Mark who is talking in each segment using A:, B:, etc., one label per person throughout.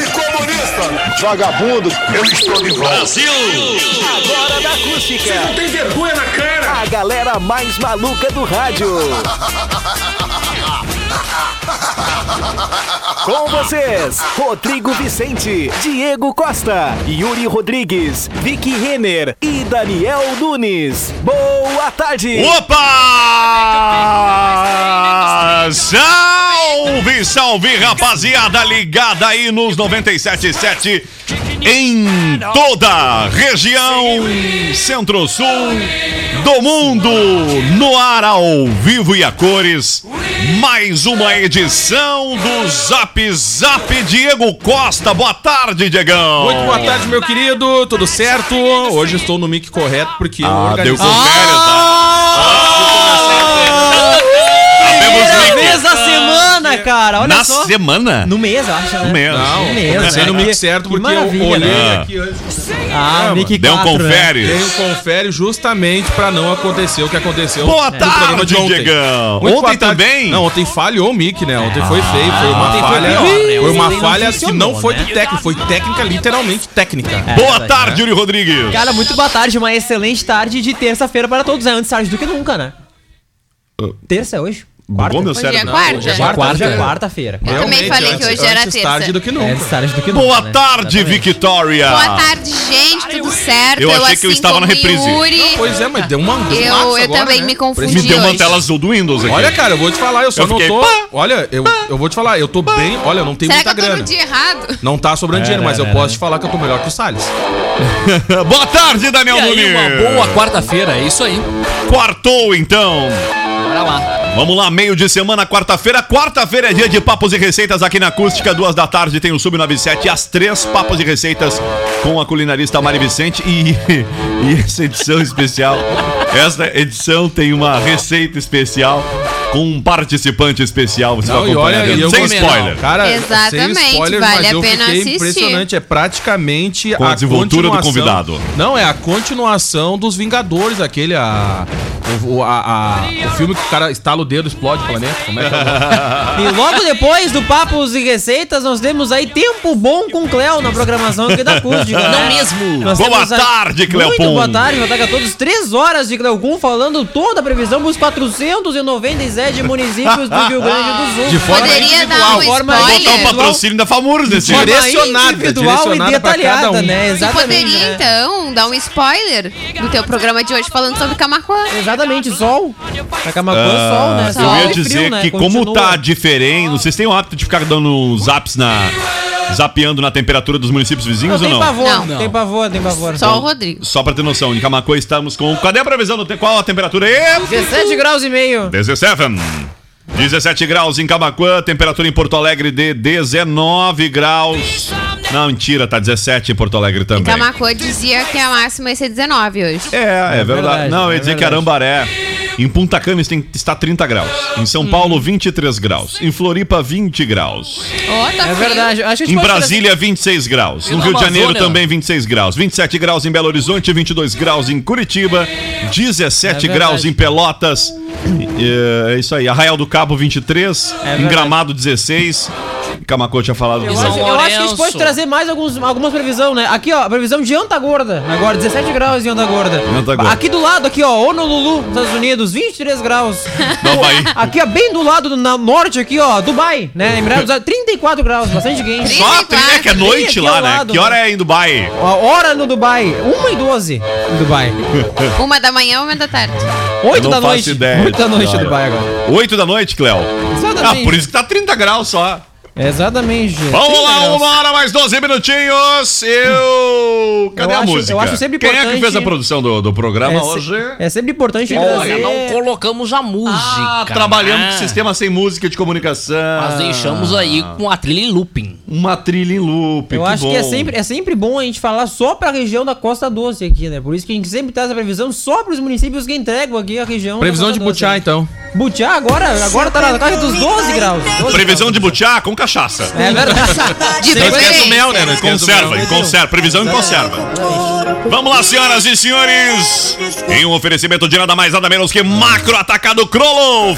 A: e comunista.
B: Vagabundo,
A: Eu estou de volta.
C: Agora da acústica.
A: Tem vergonha na cara.
C: A galera mais maluca do rádio. Com vocês, Rodrigo Vicente, Diego Costa, Yuri Rodrigues, Vicky Renner e Daniel Nunes. Boa tarde!
D: Opa! Salve, salve, rapaziada ligada aí nos 97.7 em toda a região centro-sul do mundo, no ar ao vivo e a cores, mais uma edição do Zap Zap Diego Costa. Boa tarde, Diegão.
E: Muito boa tarde, meu querido. Tudo certo? Hoje estou no mic correto porque eu
D: Ah, deu
E: organizei.
D: com férias, Ah,
F: Primeira
D: né?
F: vez da semana, cara. Olha
D: Na
F: só.
D: semana?
F: No mês, eu acho.
D: No mês.
E: Não,
F: Que beleza,
E: organizei no
F: né?
E: mic certo
F: Que
E: porque
F: maravilha,
E: eu olhei
D: né?
E: aqui antes.
F: Ah, Nick
D: Deu um confere.
E: Dei um confere justamente pra não acontecer o que aconteceu
D: Boa
E: no programa
D: tarde,
E: de ontem.
D: Diegão.
E: Muito boa
D: Ontem
E: tarde.
D: também?
E: Não, ontem falhou o mic, né? Ontem foi feio, foi uma
F: Ah, ontem foi
E: falha.
F: pior, né?
E: Foi uma
F: Ontem não
E: falha que
F: funcionou,
E: não foi
F: né?
E: de técnica, foi técnica, literalmente técnica.
F: É,
D: Boa
F: verdade,
D: tarde, Yuri Rodrigues.
F: Cara, muito boa tarde, uma excelente tarde de terça-feira para todos. É antes tarde do que nunca, né? Terça é hoje?
D: Bugou meu
G: Hoje é
D: cérebro.
G: quarta.
E: hoje é
F: Quarta,
E: Quarta,
F: hoje é
E: né?
F: quarta-feira.
G: Eu também
E: Realmente,
G: falei que
E: antes-
G: hoje era
E: antes
G: terça.
E: tarde do que
F: É
E: nunca.
F: antes tarde do que nunca.
D: Boa
F: né?
D: tarde,
F: Exatamente.
D: Victoria.
G: Boa tarde, gente, tudo certo?
D: Ah. Eu achei que eu
G: assim
D: estava na
G: como
D: reprise.
G: Yuri,
E: Pois é, mas deu uma. um
G: Eu-
E: lapso
G: eu também me confundi.
D: Me
G: de
D: deu uma
G: hoje.
D: tela azul do Windows aqui.
E: Olha, cara, eu vou te falar, eu só
D: Eu
E: não
D: fiquei,
E: tô.
D: pá,
E: olha, eu, eu vou te falar, eu tô bem. Olha, eu não tenho
G: será que
E: muita
G: eu tô
E: grana.
G: no dia errado?
E: Não tá sobrando
F: É,
E: dinheiro, mas eu posso te falar que eu tô melhor que o Salles.
D: Boa tarde, Daniel
H: E aí,
D: Nunes.
H: uma boa quarta-feira, é isso aí.
D: Quartou, então.
H: Bora lá.
D: Vamos lá, meio de semana, quarta-feira. Quarta-feira é dia de papos e receitas aqui na Acústica. Duas da tarde tem o Sub97 às três papos e receitas com a culinarista Mari Vicente. E, e essa edição especial, essa edição tem uma receita especial com um participante especial. Você
E: Não,
D: vai
E: e olha,
D: acompanhar
E: e eu
D: dentro. Sem
E: vou-
D: spoiler.
E: Cara,
G: Exatamente,
E: sem spoiler,
G: vale
E: mas
G: a
E: eu
G: pena
E: fiquei
G: assistir.
E: impressionante. É praticamente
D: Com a desenvoltura do convidado.
E: Não, é a continuação dos Vingadores, aquele. A, o, o- a- a- o filme que o cara estala o dedo, explode o planeta. Como é que é? o nome?
F: E logo depois do Papos e Receitas, nós temos aí Tempo Bom com Cléo na programação aqui da Acústica.
H: Não
F: né?
H: mesmo.
F: Nós
D: Boa
F: temos aí-
D: tarde, Cléo
F: Muito
D: Pum.
F: boa tarde, boa tarde a todos. Três horas de Cléo Pum falando toda a previsão para os 497 municípios do Rio Grande do Sul.
E: De forma
G: Poderia
E: individual.
G: dar um
F: Forma-
D: Botar um
F: Olha,
G: spoiler?
D: patrocínio da FAMURS nesse
E: Olha,
F: Direcionada,
E: direcionada,
F: individual e
E: direcionada pra
F: detalhada,
E: cada um.
F: né?
G: Tu
F: Exatamente.
G: poderia,
F: né?
G: então, dar um spoiler do teu programa de hoje falando sobre Camacuã?
F: Exatamente, sol. Pra Camacuã, sol, né?
D: Ah,
F: Sol
D: eu
F: e
D: ia
F: frio,
D: dizer
F: né?
D: que como
F: Continua.
D: tá diferente, vocês têm o hábito de ficar dando uns zaps na zapeando na temperatura dos municípios
F: Não,
D: vizinhos ou
F: tem
D: não?
F: pavor,
G: Não.
F: tem pavor, tem pavor.
G: Só o Rodrigo.
D: Só pra ter noção, em Camacuã estamos com. Cadê a previsão? do te- Qual a temperatura? E...
F: 17 graus e meio.
D: 17. 17 graus em Camacuã, temperatura em Porto Alegre de 19 graus. Não, mentira, tá 17 em Porto Alegre também.
G: Camacuã dizia que a máxima ia ser 19 hoje.
D: É, é, verdade.
F: verdade,
D: Não, eu ia
F: é
D: dizer que
F: verdade.
D: Arambaré, em Punta Canas, tem, está 30 graus. Em São
F: Hum.
D: Paulo, 23 graus. Em Floripa, 20 graus.
G: Ó, tá
F: É
G: frio.
F: verdade. Acho que a gente
D: Em
F: pode
D: Brasília, 26 graus. No
H: Pela
D: Rio de Janeiro
H: Amazônia.
D: também 26 graus. 27 graus em Belo Horizonte, 22 graus em Curitiba, 17
F: É
D: graus
F: verdade.
D: em Pelotas. E, É isso aí. Arraial do Cabo, 23. em
F: É verdade.
D: Gramado, 16. Camacô tinha falado
F: Eu
D: disso.
F: acho, eu acho que a gente pode
H: Lourenço.
F: trazer mais alguns, algumas previsões, né? Aqui, ó, a previsão de Anta Gorda. Agora, 17 graus em Anta Gorda.
D: Anta Gorda.
F: Aqui do lado, aqui, ó, Honolulu, Estados Unidos, 23 graus.
D: Não vai.
F: Aqui, ó, bem do lado, na norte, aqui, ó, Dubai, né? Emirados, Árabes, 34 graus, bastante quente.
D: Só a trilha é que é
G: Bem
D: noite
F: aqui
D: lá,
F: ao
D: né?
F: lado,
D: Que hora é em Dubai?
F: A hora no Dubai, 1 e 12 em Dubai.
G: Uma da manhã, uma da tarde.
F: 8
D: não
F: da
D: faço
F: noite.
D: ideia
F: 8 da noite
D: de
F: em
D: hora.
F: Dubai agora.
D: 8 da noite, Cléo. Ah,
F: Exatamente.
D: por isso que tá 30 graus só.
F: Exatamente.
D: Vamos
F: 30
D: lá,
F: graus.
D: uma hora mais 12 minutinhos. Eu. Cadê
F: Eu
D: a
F: acho-
D: música?
F: eu acho sempre
D: Quem é que
F: importante-
D: fez a produção do, do programa
F: É,
D: hoje?
F: se- é sempre importante
H: Olha,
F: trazer...
H: não colocamos a música.
D: Ah, trabalhando com sistema sem música de comunicação.
E: Ah.
H: Mas deixamos aí com a trilha em looping.
D: Uma trilha em loop.
F: Eu acho
D: bom.
F: que é sempre, é sempre bom a gente falar só pra região da Costa Doce aqui, né? Por isso que a gente sempre traz a previsão só pros municípios que entregam aqui a região.
E: Previsão
F: da
E: de
F: Costa Doce,
E: Butiá,
F: né?
E: então.
F: Butiá agora, agora tá na casa dos 12 graus. 12
D: Previsão de butiá com cachaça.
F: graus. É verdade.
G: De
D: Não esquece o
G: preferência.
F: é,
D: mel, né? Não esquece conserva, em conserva. Previsão em conserva. Vamos lá, senhoras e senhores. Em um oferecimento de nada mais nada menos que macro atacado Crollo.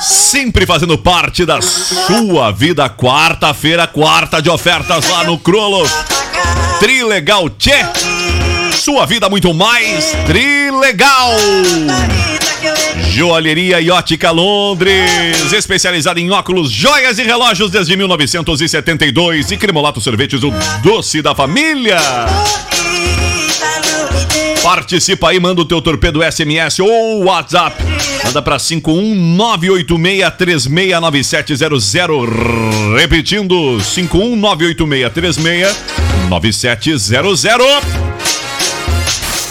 D: Sempre fazendo parte da sua vida. Quarta-feira, quarta de ofertas lá no Crollo. Trilegal Tchê. Sua vida muito mais Trilegal. Joalheria e Ótica Londres, especializada em óculos, joias e relógios desde 1972 e Cremolato Sorvetes, o doce da família. Participa aí, manda o teu torpedo SMS ou WhatsApp. Manda pra um 51986369700. Repetindo, 51986369700.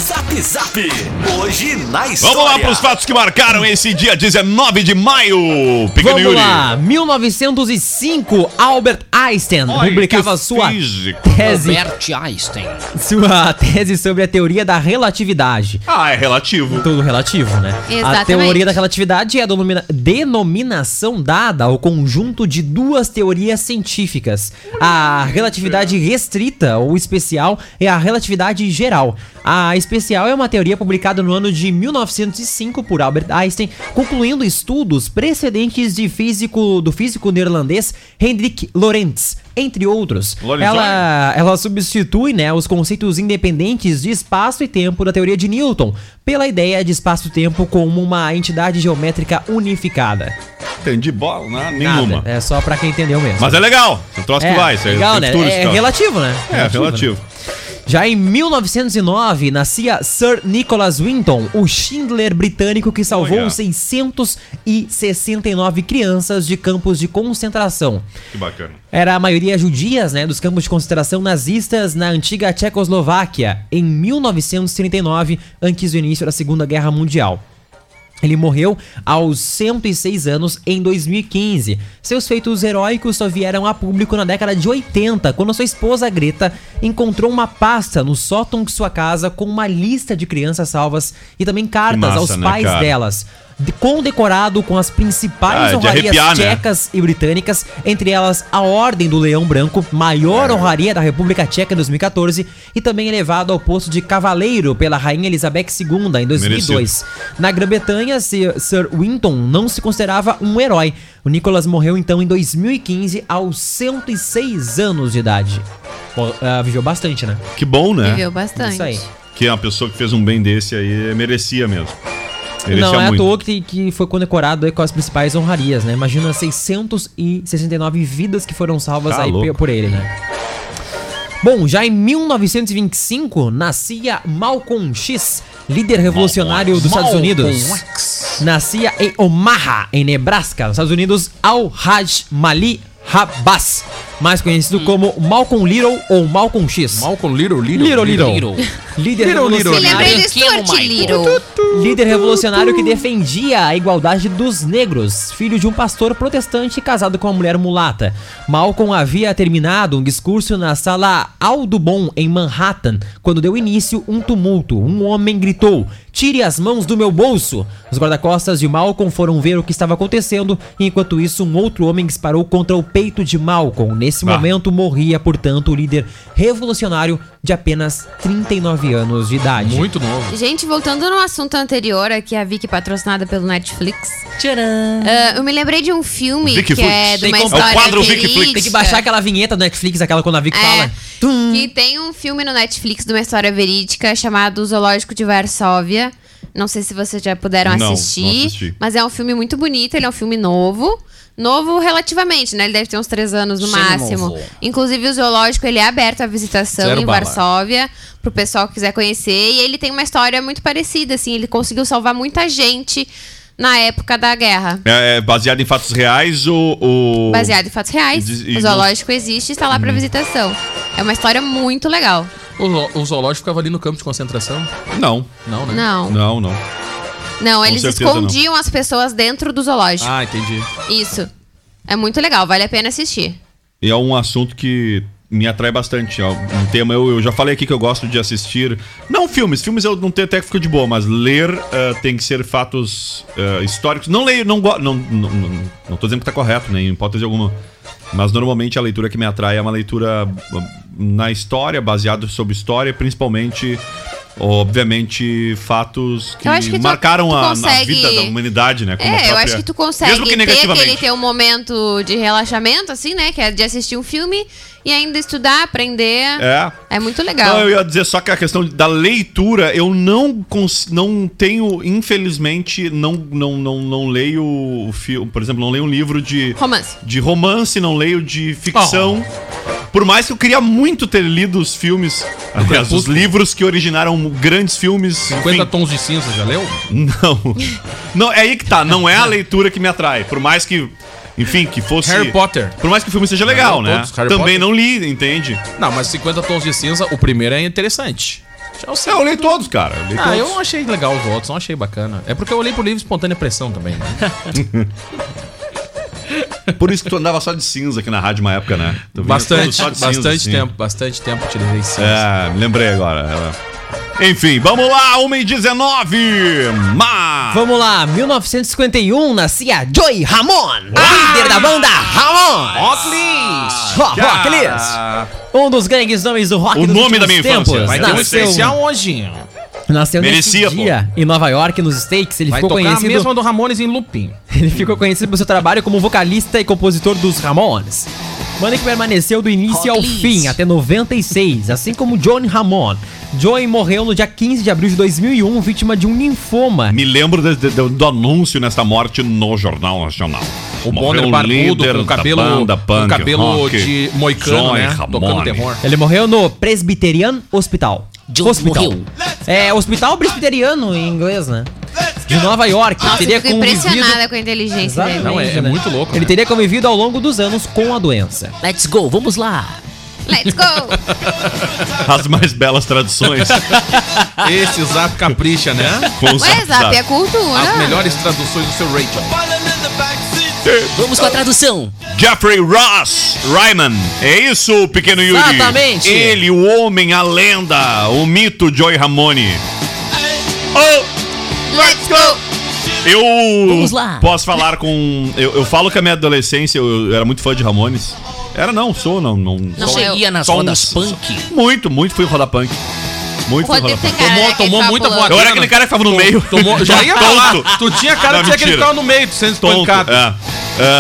C: Zap Zap, hoje na história.
D: Vamos lá pros fatos que marcaram esse dia 19 de maio. Pequeno
F: Vamos lá, 1905, Albert Einstein
D: Olha,
F: publicava
D: que
F: sua
D: físico.
F: tese,
H: Albert Einstein.
F: sua tese sobre a teoria da relatividade.
D: Ah, é relativo.
F: Tudo relativo, né? A
G: Exatamente.
F: teoria da relatividade é a denomina- denominação dada ao conjunto de duas teorias científicas. A relatividade restrita ou especial é a relatividade geral. A especial é uma teoria publicada no ano de 1905 por Albert Einstein, concluindo estudos precedentes de físico do físico neerlandês Hendrik Lorentz, entre outros.
D: Lorentz,
F: Ela ah, ela substitui né, os conceitos independentes de espaço e tempo da teoria de Newton pela ideia de espaço-tempo como uma entidade geométrica unificada.
D: Tem de bola, né?
F: Nada,
D: Nenhuma.
F: é só pra quem entendeu mesmo.
D: Mas é legal. O troço que vai. isso aí
F: legal,
D: tem
F: né?
D: futuro,
F: É
D: esse troço.
F: relativo, né?
D: É, relativo.
F: Já em 1909, nascia Sir Nicholas Winton, o Schindler britânico que salvou
D: Olha.
F: 669 crianças de campos de concentração.
D: Que bacana.
F: Era a maioria judias, né, dos campos de concentração nazistas na antiga Tchecoslováquia, em 1939, antes do início da Segunda Guerra Mundial. Ele morreu aos 106 anos em 2015. Seus feitos heróicos só vieram a público na década de 80, quando sua esposa Greta encontrou uma pasta no sótão de sua casa com uma lista de crianças salvas e também cartas
D: massa,
F: aos
D: né,
F: pais
D: cara?
F: delas. de- Condecorado com as principais
D: Ah, é de
F: honrarias
D: arrepiar, né?
F: tchecas tchecas e britânicas, entre elas a Ordem do Leão Branco, maior honraria da República Tcheca em 2014, e também elevado ao posto de cavaleiro pela Rainha Elizabeth II em 2002. Na Grã-Bretanha, Sir Sir Winton não se considerava um herói. O Nicholas morreu então em 2015 aos 106 anos de idade. Bom, ah, viveu bastante, né?
D: Que bom, né?
G: Viveu bastante.
F: Isso aí.
D: Que uma pessoa que fez um bem desse aí merecia mesmo. Merecia
F: Não é à
D: muito.
F: toa que, que foi condecorado aí com as principais honrarias, né? Imagina 669 vidas que foram salvas
D: Tá
F: aí
D: louco.
F: pe- por ele, né? Bom, já em 1925 nascia Malcolm X, líder revolucionário dos Estados Unidos. Nascia em Omaha, em Nebraska, nos Estados Unidos, Al-Haj Mali Rabbas, mais conhecido como Malcolm Little ou Malcolm X.
E: Malcolm Little, Little,
F: Little Little.
H: Little.
F: Líder
E: Little.
G: Me lembra
H: Little.
G: ele Stuart
H: Michael.
G: Little.
F: Líder revolucionário que defendia a igualdade dos negros, filho de um pastor protestante casado com uma mulher mulata. Malcolm havia terminado um discurso na sala Audubon, em Manhattan, quando deu início um tumulto. Um homem gritou: Tire as mãos do meu bolso! Os guarda-costas de Malcolm foram ver o que estava acontecendo, e enquanto isso, um outro homem disparou contra o peito de Malcolm. Nesse
D: Bah.
F: momento, morria, portanto, o líder revolucionário de apenas 39 anos de idade.
E: Muito novo.
G: Gente, voltando no assunto anterior, aqui é a Vicky patrocinada pelo Netflix. Ah, eu me lembrei de um filme
D: Vicky
G: que é
D: Flix.
G: de
D: Tem
G: uma
D: como- É o
G: história
D: quadro Vicky Flix.
G: verídica.
F: Tem que baixar aquela vinheta do Netflix, aquela quando a
G: É.
F: Vic fala. Tum.
G: Que tem um filme no Netflix de uma história verídica chamado O Zoológico de Varsóvia. Não sei se vocês já puderam
D: Não, não
G: assistir,
D: assisti.
G: mas é um filme muito bonito, ele é um filme novo. Novo relativamente, né? Ele deve ter uns três anos no
H: Sim,
G: máximo.
H: novo.
G: Inclusive, o zoológico ele é aberto à visitação
E: Zero
G: em
E: bala.
G: Varsóvia, pro pessoal que quiser conhecer. E ele tem uma história muito parecida, assim. Ele conseguiu salvar muita gente na época da guerra.
D: É, é baseado em fatos reais ou. ou-
G: Baseado em fatos reais,
D: Diz- Uhum. e
G: o
D: nos-
G: zoológico existe e está lá para visitação. É uma história muito legal.
E: O, zo- o zoológico ficava ali no campo de concentração?
D: Não.
E: Não, né?
G: Não.
D: Não, não.
G: Não, eles
D: certeza
G: escondiam as pessoas dentro do zoológico.
E: Ah, entendi.
G: Isso. É muito legal, vale a pena assistir.
D: E é um assunto que me atrai bastante. Ó. Um tema, eu, eu já falei aqui que eu gosto de assistir. Não filmes, filmes eu não tenho até que fico de boa, mas ler ah, tem que ser fatos ah, históricos. Não leio, não gosto. Não, não, não, não tô dizendo que tá correto, nem em hipótese alguma. Mas normalmente a leitura que me atrai é uma leitura ah, na história, baseada sobre história, principalmente. Obviamente, fatos que,
G: Eu acho que tu-
D: marcaram
G: tu
D: a, a
G: consegue-
D: vida da humanidade, né? como a
G: É, eu
D: própria-
G: acho que tu consegue
D: Mesmo que
G: ter aquele
D: negativamente.
G: teu momento de relaxamento, assim, né? Que é de assistir um filme e ainda estudar, aprender.
D: É.
G: É, muito legal.
D: Não, eu ia dizer só que a questão da leitura, eu não cons- não tenho, infelizmente, não não não, não leio, o fi- por exemplo, não leio um livro de
G: Romance.
D: de romance, não leio de ficção. Por mais que eu queria muito ter lido os filmes, aliás, os
E: Crepúsculo.
D: livros que originaram grandes filmes. enfim.
E: 50 tons de cinza, já leu?
D: Não. Não, é aí que tá. Não é a leitura que me atrai. Por mais que. Enfim, que fosse.
E: Harry Potter.
D: Por mais que o filme seja legal, né?
E: todos, Harry
D: Também
E: Potter. É
D: não li, entende?
E: Não, mas 50 tons de cinza, o primeiro é interessante. Já o
D: É, eu
E: segundo...
D: li todos, cara. Eu li
E: Ah,
D: todos.
E: eu não achei legal os outros, não achei bacana. É porque eu olhei pro livro Espontânea Pressão também, né?
D: Por isso que tu andava só de cinza aqui na rádio uma época, né? Tu vinha todo
E: Bastante,
D: só de cinza,
E: bastante
D: assim.
E: tempo, bastante tempo utilizei cinza.
D: É, me lembrei agora. É. Enfim, vamos lá, 1 e 19 Mas...
F: Vamos lá, 1951 nascia Joey Ramon, líder da banda Ramon.
E: É.
F: Rocklis.
E: Ah,
F: Um dos grandes nomes do rock
D: O
F: dos
D: nome
F: últimos
D: da minha
F: tempos.
D: infância.
E: Vai ter um especial hoje.
F: nasceu
D: Merecia,
F: nesse dia em Nova York, nos States. Ele
E: Vai
F: ficou
E: tocar a
F: conhecido
E: mesma do Ramones em looping.
F: Ele ficou conhecido por seu trabalho como vocalista e compositor dos Ramones. Banda que permaneceu do início ao
H: Rocklis.
F: fim, até 96, assim como Johnny Ramon. Joey morreu no dia 15 de abril de 2001, vítima de um linfoma.
D: Me lembro de- de- do, do anúncio nesta morte no Jornal Nacional.
E: O
D: Morreu
E: Bonner barbudo
D: líder
E: com
D: da
E: cabelo,
D: banda
E: com
D: punk
E: cabelo
D: rock,
E: de moicano,
D: Johnny
E: né?
D: Ramone.
E: Tocando terror.
F: Ele morreu no Presbyterian Hospital.
H: Johnny
F: Hospital.
H: morreu.
F: É, Hospital Presbiteriano em inglês, né? De Nova York.
G: Nossa, eu
F: teria
G: fico impressionada
F: convivido...
G: com a inteligência
F: Exato.
G: dele.
E: Não, é, é muito louco.
F: Ele
E: né?
F: teria convivido ao longo dos anos com a doença.
H: Let's go, vamos lá.
G: Let's go!
D: As mais belas tradições.
E: Esse zap capricha, né?
D: com o
G: Ué,
D: zap,
G: Zap, é
D: zap.
G: cultura.
E: As melhores traduções do seu Rachel.
H: Vamos com a tradução.
D: Jeffrey Ross Ryman. É isso, pequeno Yuri.
F: Exatamente.
D: Ele, o homem, a lenda, o mito Joy Ramone. Oh,
G: Let's go!
D: eu
H: Vamos lá.
D: posso falar com. um- Eu, eu falo que a minha adolescência eu, eu era muito fã de Ramones. Era não, sou, não. não,
H: Não
D: sou.
H: Você ia nas
D: só um-
H: rodas punk?
D: Muito, muito fui rodar punk. Muito
G: O
D: fui rodar
G: Rodrigo
D: punk.
G: tem cara
E: Tomou,
G: daquele
E: tomou
G: que
E: muita
G: tá
E: boa
G: pulando.
D: Eu era aquele cara que ficava no meio.
E: Tomou, já ia
D: tonto.
E: falar. Tu tinha cara
D: Não,
E: de ser
D: mentira.
E: aquele que tava no meio, tu sendo
D: Tonto.
E: espancado.
D: é. Ah,
H: Eu fui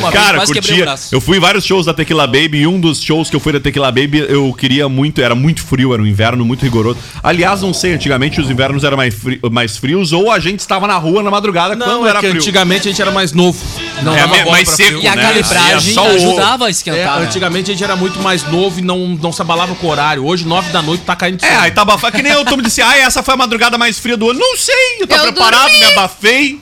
H: uma vez,
D: cara,
H: quase quebrei o
D: curtia.
H: braço.
D: Eu fui em vários shows da Tequila Baby e um dos shows que eu fui da Tequila Baby eu queria muito, era muito frio, era um inverno muito rigoroso. Aliás, não sei, antigamente os invernos eram mais, fri- mais frios ou a gente estava na rua na madrugada
E: Não,
D: quando
E: é
D: era
E: que
D: frio.
E: antigamente a gente era mais novo. Não
D: É,
E: dava
D: mais-
E: bola
D: mais
E: pra
D: seco,
E: frio.
H: E a
D: né?
H: calibragem
D: É só o-
H: ajudava a
E: É,
H: esquentar. né?
E: antigamente a gente era muito mais novo e não, não se abalava com o horário. Hoje, nove da noite, tá caindo de
D: É,
E: sono.
D: aí tá abafado. Que nem eu, tu me disse, ah, essa foi a madrugada mais fria do ano. Não sei, eu tô
G: Eu
D: preparado,
G: dormi.
D: me abafei.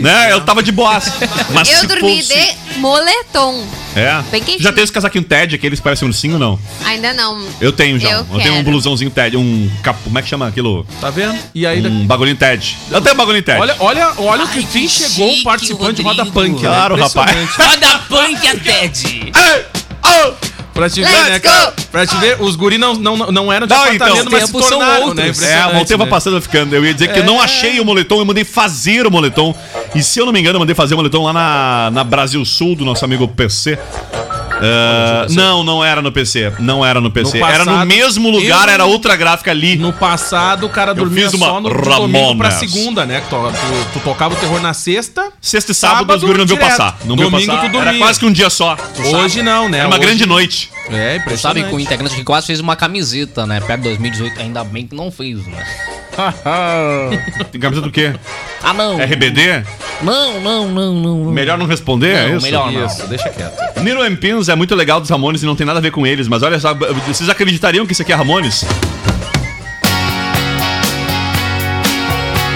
D: né?
H: é.
D: Eu tava de boas. Mas
G: Eu
D: se
G: dormi
D: fosse-
G: de moletom.
D: É.
G: Bem quentinho.
D: Já tem esse casaquinho TED, aqueles que parecem um ursinho, não?
G: Ainda não.
D: Eu tenho já.
G: Eu
D: Eu, tenho um
G: quero.
D: blusãozinho TED, um cap... como é que chama aquilo?
E: Tá vendo? E aí, daqui-
D: Um bagulhinho TED. Eu tenho um bagulhinho TED.
E: olha, olha, olha o que
H: Ai,
E: fim
H: que
E: chegou
H: chique,
E: o participante de Roda
H: Rodrigo.
E: Punk. né?
D: Claro,
E: Impressionante.
D: rapaz.
H: Roda punk a Ted.
D: Ei! Ô!
E: Pra te ver,
G: Let's
E: né, cara?
G: go!
E: Pra te ver, os guri não, não, não eram de
D: Não,
E: apartamento,
D: então,
E: mas se
H: tempos são
E: tornaram,
H: outros.
E: né?
H: É,
D: É,
E: Impressionante,
D: o tempo
E: né? É.
D: passando vai ficando. Eu ia dizer que eu não achei o moletom, eu mandei fazer o moletom. E se eu não me engano, eu mandei fazer o moletom lá na, na Brasil Sul do nosso amigo PC. Ah, não, não era no PC. Não era no PC.
E: No
D: era no
E: passado,
D: mesmo lugar,
E: eu-
D: era outra gráfica ali.
E: No passado, o cara dormia
D: fiz uma
E: só no de domingo pra
D: Ramones.
E: segunda, né? Tu, tu- tu tocava o terror na sexta.
D: Sexta e sábado, os guri não viu
E: direto.
D: passar. Não viu
E: domingo
D: passar.
E: tu
D: Era
E: dormia.
D: quase que um dia só.
E: Hoje não, né?
D: Era É uma
E: Hoje-
D: grande noite.
E: É,
H: Tu
E: impressionante.
H: sabe que o integrante que quase fez uma camiseta, né? Perto de 2018, ainda bem que não fez, né?
E: Ah,
D: Tem camisa do quê?
H: Ah, não.
D: É RBD?
H: Não, não, não, não. não.
D: Melhor não responder? é
H: Não,
D: isso?
H: melhor não.
E: Isso, deixa quieto.
D: Nino and Pins é muito legal dos Ramones e não tem nada a ver com eles, mas olha só, b- vocês acreditariam que isso aqui é Ramones?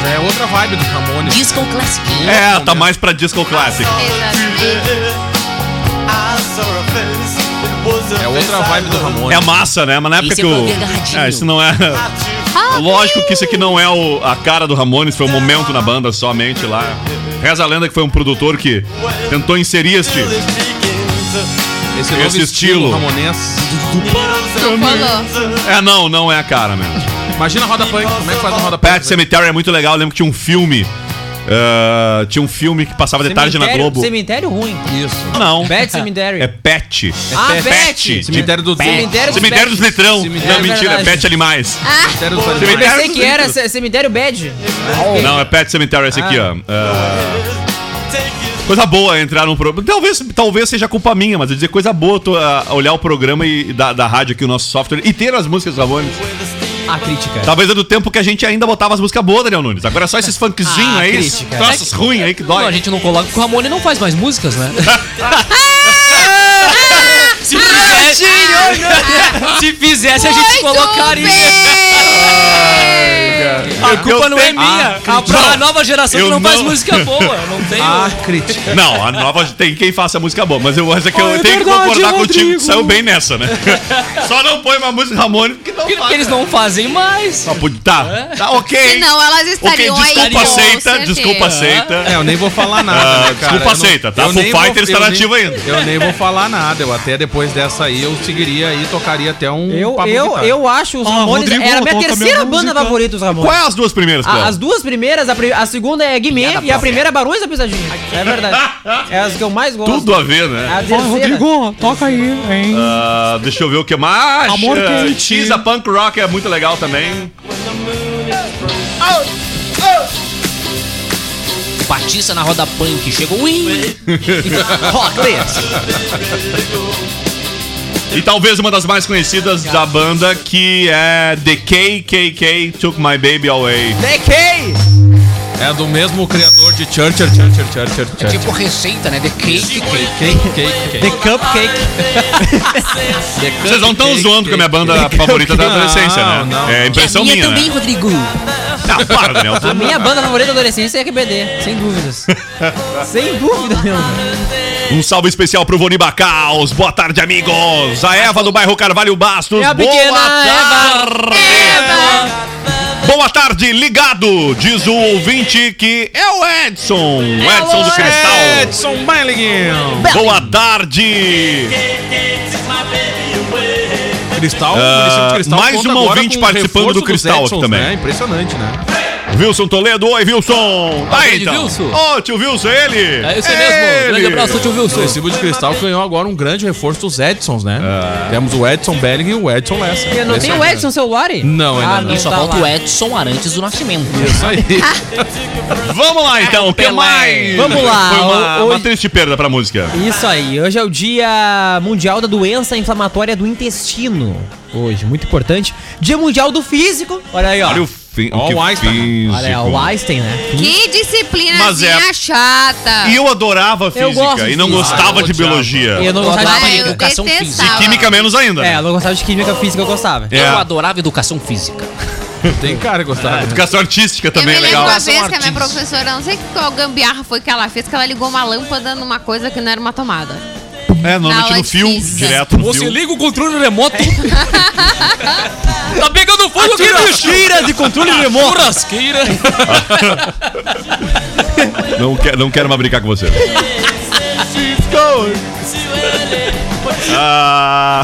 E: Já é outra vibe do Ramones. Né?
H: Disco classiquinho.
D: É,
F: né?
D: tá mais pra Disco Classic.
G: Exatamente.
E: É outra vibe do Ramones.
D: É massa, né? Mas na época
H: Isso
D: que
H: é
D: o.
H: verdade.
D: É, isso não é.
G: Ah,
D: Lógico que isso aqui não é o- a cara do Ramones, foi um momento na banda somente lá. Reza a lenda que foi um produtor que tentou inserir este
E: Esse,
D: Esse
E: novo
D: estilo.
E: estilo ramonês.
G: Não rolou.
D: É, não, não é a cara mesmo.
E: Imagina a roda punk. Como é que faz uma roda punk?
D: Pet Cemetery é muito legal. Eu lembro que tinha um filme. ah, tinha um filme que passava de tarde na
F: Cemitério-
D: Globo.
F: Cemitério ruim.
E: Isso.
D: Não.
F: Pet Cemetery.
D: É Pet. É
F: Ah,
D: Pet.
F: Pet.
E: Cemitério do
F: Cemitério dos
D: Cemitério dos
F: Pet.
D: Litrão.
E: Cemitério-
D: não,
F: É
D: mentira, é
F: verdade.
D: Pet Animais.
E: Cemitério dos
F: Eu
D: Cemitério-
E: Animais.
F: pensei que era ce- Cemitério Bad.
D: é Não, é Pet Cemetery esse aqui, ó. Ah, Coisa boa entrar num programa. Talvez, talvez seja culpa minha, mas eu dizer coisa boa eu tô, ah, olhar o programa e, da, da rádio aqui, o nosso software, e ter as músicas Ramones.
F: A crítica.
D: Talvez é do tempo que a gente ainda botava as músicas boas, Daniel Nunes. Agora é só esses funkzinhos
F: Ah,
D: aí, esses
F: crítica.
D: troços ruins aí que
H: Não, a
D: dói.
H: gente não coloca porque o Ramone não faz mais músicas, né? Se fizesse, se fizesse a gente colocaria. A culpa não é minha. A, pra- a nova geração
D: Ah, Eu
H: que não, faz
D: não-
H: música boa. Não tem.
E: A crítica.
D: Não, a nova tem quem faça música boa, mas eu essa que eu
H: Ah, é
D: tenho que
H: verdade,
D: concordar contigo que
H: Rodrigo.
D: saiu bem nessa, né? Só não põe uma música Ramone porque não
H: Porque eles não fazem mais.
D: Só pode- Tá, tá ok.
G: Senão elas
D: ok,
G: estariam aí.
D: desculpa
G: com
D: aceita,
G: certeza.
D: desculpa aceita.
E: É, eu nem vou falar nada.
D: Ah,
E: né, cara?
D: desculpa,
E: Eu não-
D: aceita, tá?
E: eu
D: Foo
E: nem vou-
D: Fighters tá
E: eu nem-
D: nativo ainda.
E: Eu nem vou falar nada. Eu até depois dessa aí eu seguiria aí, tocaria até um.
F: Eu,
E: Pablo
F: eu,
E: Vittar.
F: eu acho os
I: Ah,
F: Ramones.
I: Rodrigo,
F: Era a minha
I: toca
F: terceira
I: minha
F: banda
I: música.
F: favorita, os Ramones.
D: Qual é as duas primeiras,
F: A-
D: Cleo?
F: Ah, as duas primeiras, a, pri- a segunda é Guimê e a primeira é Barões da Pisadinha. É verdade. É as que eu mais gosto.
D: Tudo a ver, né?
I: Ó,
F: A terceira.
I: Rodrigo, toca aí, hein?
D: Ah, deixa eu ver o que mais.
I: Amor
D: Ah,
I: quente.
D: X, a punk rock é muito legal também.
H: Batista na roda punk. Chegou. Ui!
D: E talvez uma das mais conhecidas da banda que é The KKK Took My Baby Away.
E: É do mesmo criador de Churcher, Churcher, Churcher, Churcher.
H: Tipo receita, né? The cake.
E: Cake, cake, cake.
F: The Cupcake.
D: Vocês não estão zoando com a minha banda favorita da adolescência, né?
E: Não, não.
D: É impressão minha, né?
F: Rodrigo.
D: Ah, para, Daniel.
F: A minha banda favorita da adolescência é RBD, sem dúvidas. sem dúvida nenhuma.
D: Um salve especial pro Voni Bacaus. Boa tarde, amigos. A Eva do bairro Carvalho Bastos.
F: Minha
D: Boa
F: É pequena
D: tarde. Boa tarde, ligado, diz o ouvinte que é o Edson. O Edson do Cristal.
E: Edson Bailiguinho.
D: Boa tarde.
E: Cristal,
D: Ah,
E: município de Cristal
D: mais
E: conta
D: um
E: agora
D: ouvinte
E: com o
D: participando
E: reforço
D: do Cristal
E: dos
D: aqui também.
E: Né? Impressionante, né?
D: Wilson Toledo. Oi, Wilson. Tá aí,
H: grande
D: então.
H: Wilson.
D: Ô, tio Wilson, é ele.
H: É isso aí mesmo. Grande abraço, tio
E: O
H: Wilson.
E: Recibo de Cristal ganhou agora um grande reforço dos Edsons, né?
D: Ah.
E: Temos o Edson Belling e o Edson Lessa.
F: Eu não tem
H: é
F: o Edson no celular? aí?
E: Não, ainda
F: ah,
E: não.
F: não.
H: E só
F: tá
H: falta
F: lá.
H: o Edson Arantes do Nascimento.
E: é Isso aí.
D: Vamos lá, então. O que
H: Pelé.
D: mais?
F: Vamos lá,
D: Foi uma,
F: o-
D: uma
F: hoje-
D: triste perda pra música.
F: Isso aí, hoje é o Dia Mundial da Doença Inflamatória do Intestino. Hoje, muito importante. Dia Mundial do Físico. Olha aí, ó.
D: Olha o, fi,
E: Ó,
D: que
E: o Einstein.
D: físico.
F: Olha aí, ó, o Einstein, né?
G: Que disciplinazinha
D: Mas é-
G: chata.
D: E eu adorava física
F: gosto de
D: e não
F: física.
D: gostava
E: Ah, eu
D: de
E: odiava.
D: biologia.
F: Eu não
H: Eu
F: gostava
H: adorava
F: de
G: Ah, eu
F: química.
H: educação
G: detestava.
H: física.
D: Química menos ainda.
F: É,
D: né?
F: eu não gostava de química física, eu gostava.
D: É.
H: Eu adorava educação física.
E: Tem cara que gostava.
D: Educação artística
G: Eu me
D: também é
G: lembro
D: legal.
G: uma vez que a
H: Artistas.
G: minha professora, não sei qual gambiarra foi que ela fez, que ela ligou uma lâmpada numa coisa que não era uma tomada.
F: assim,
D: É, normalmente
G: aula
D: no
G: de
D: fio,
G: física.
D: direto no
H: Você
D: fio.
H: liga o controle remoto. tá pegando fogo aqui,
F: Tira de controle remoto.
H: Churrasqueira.
D: Não, quer, não quero mais brincar com você. Ah,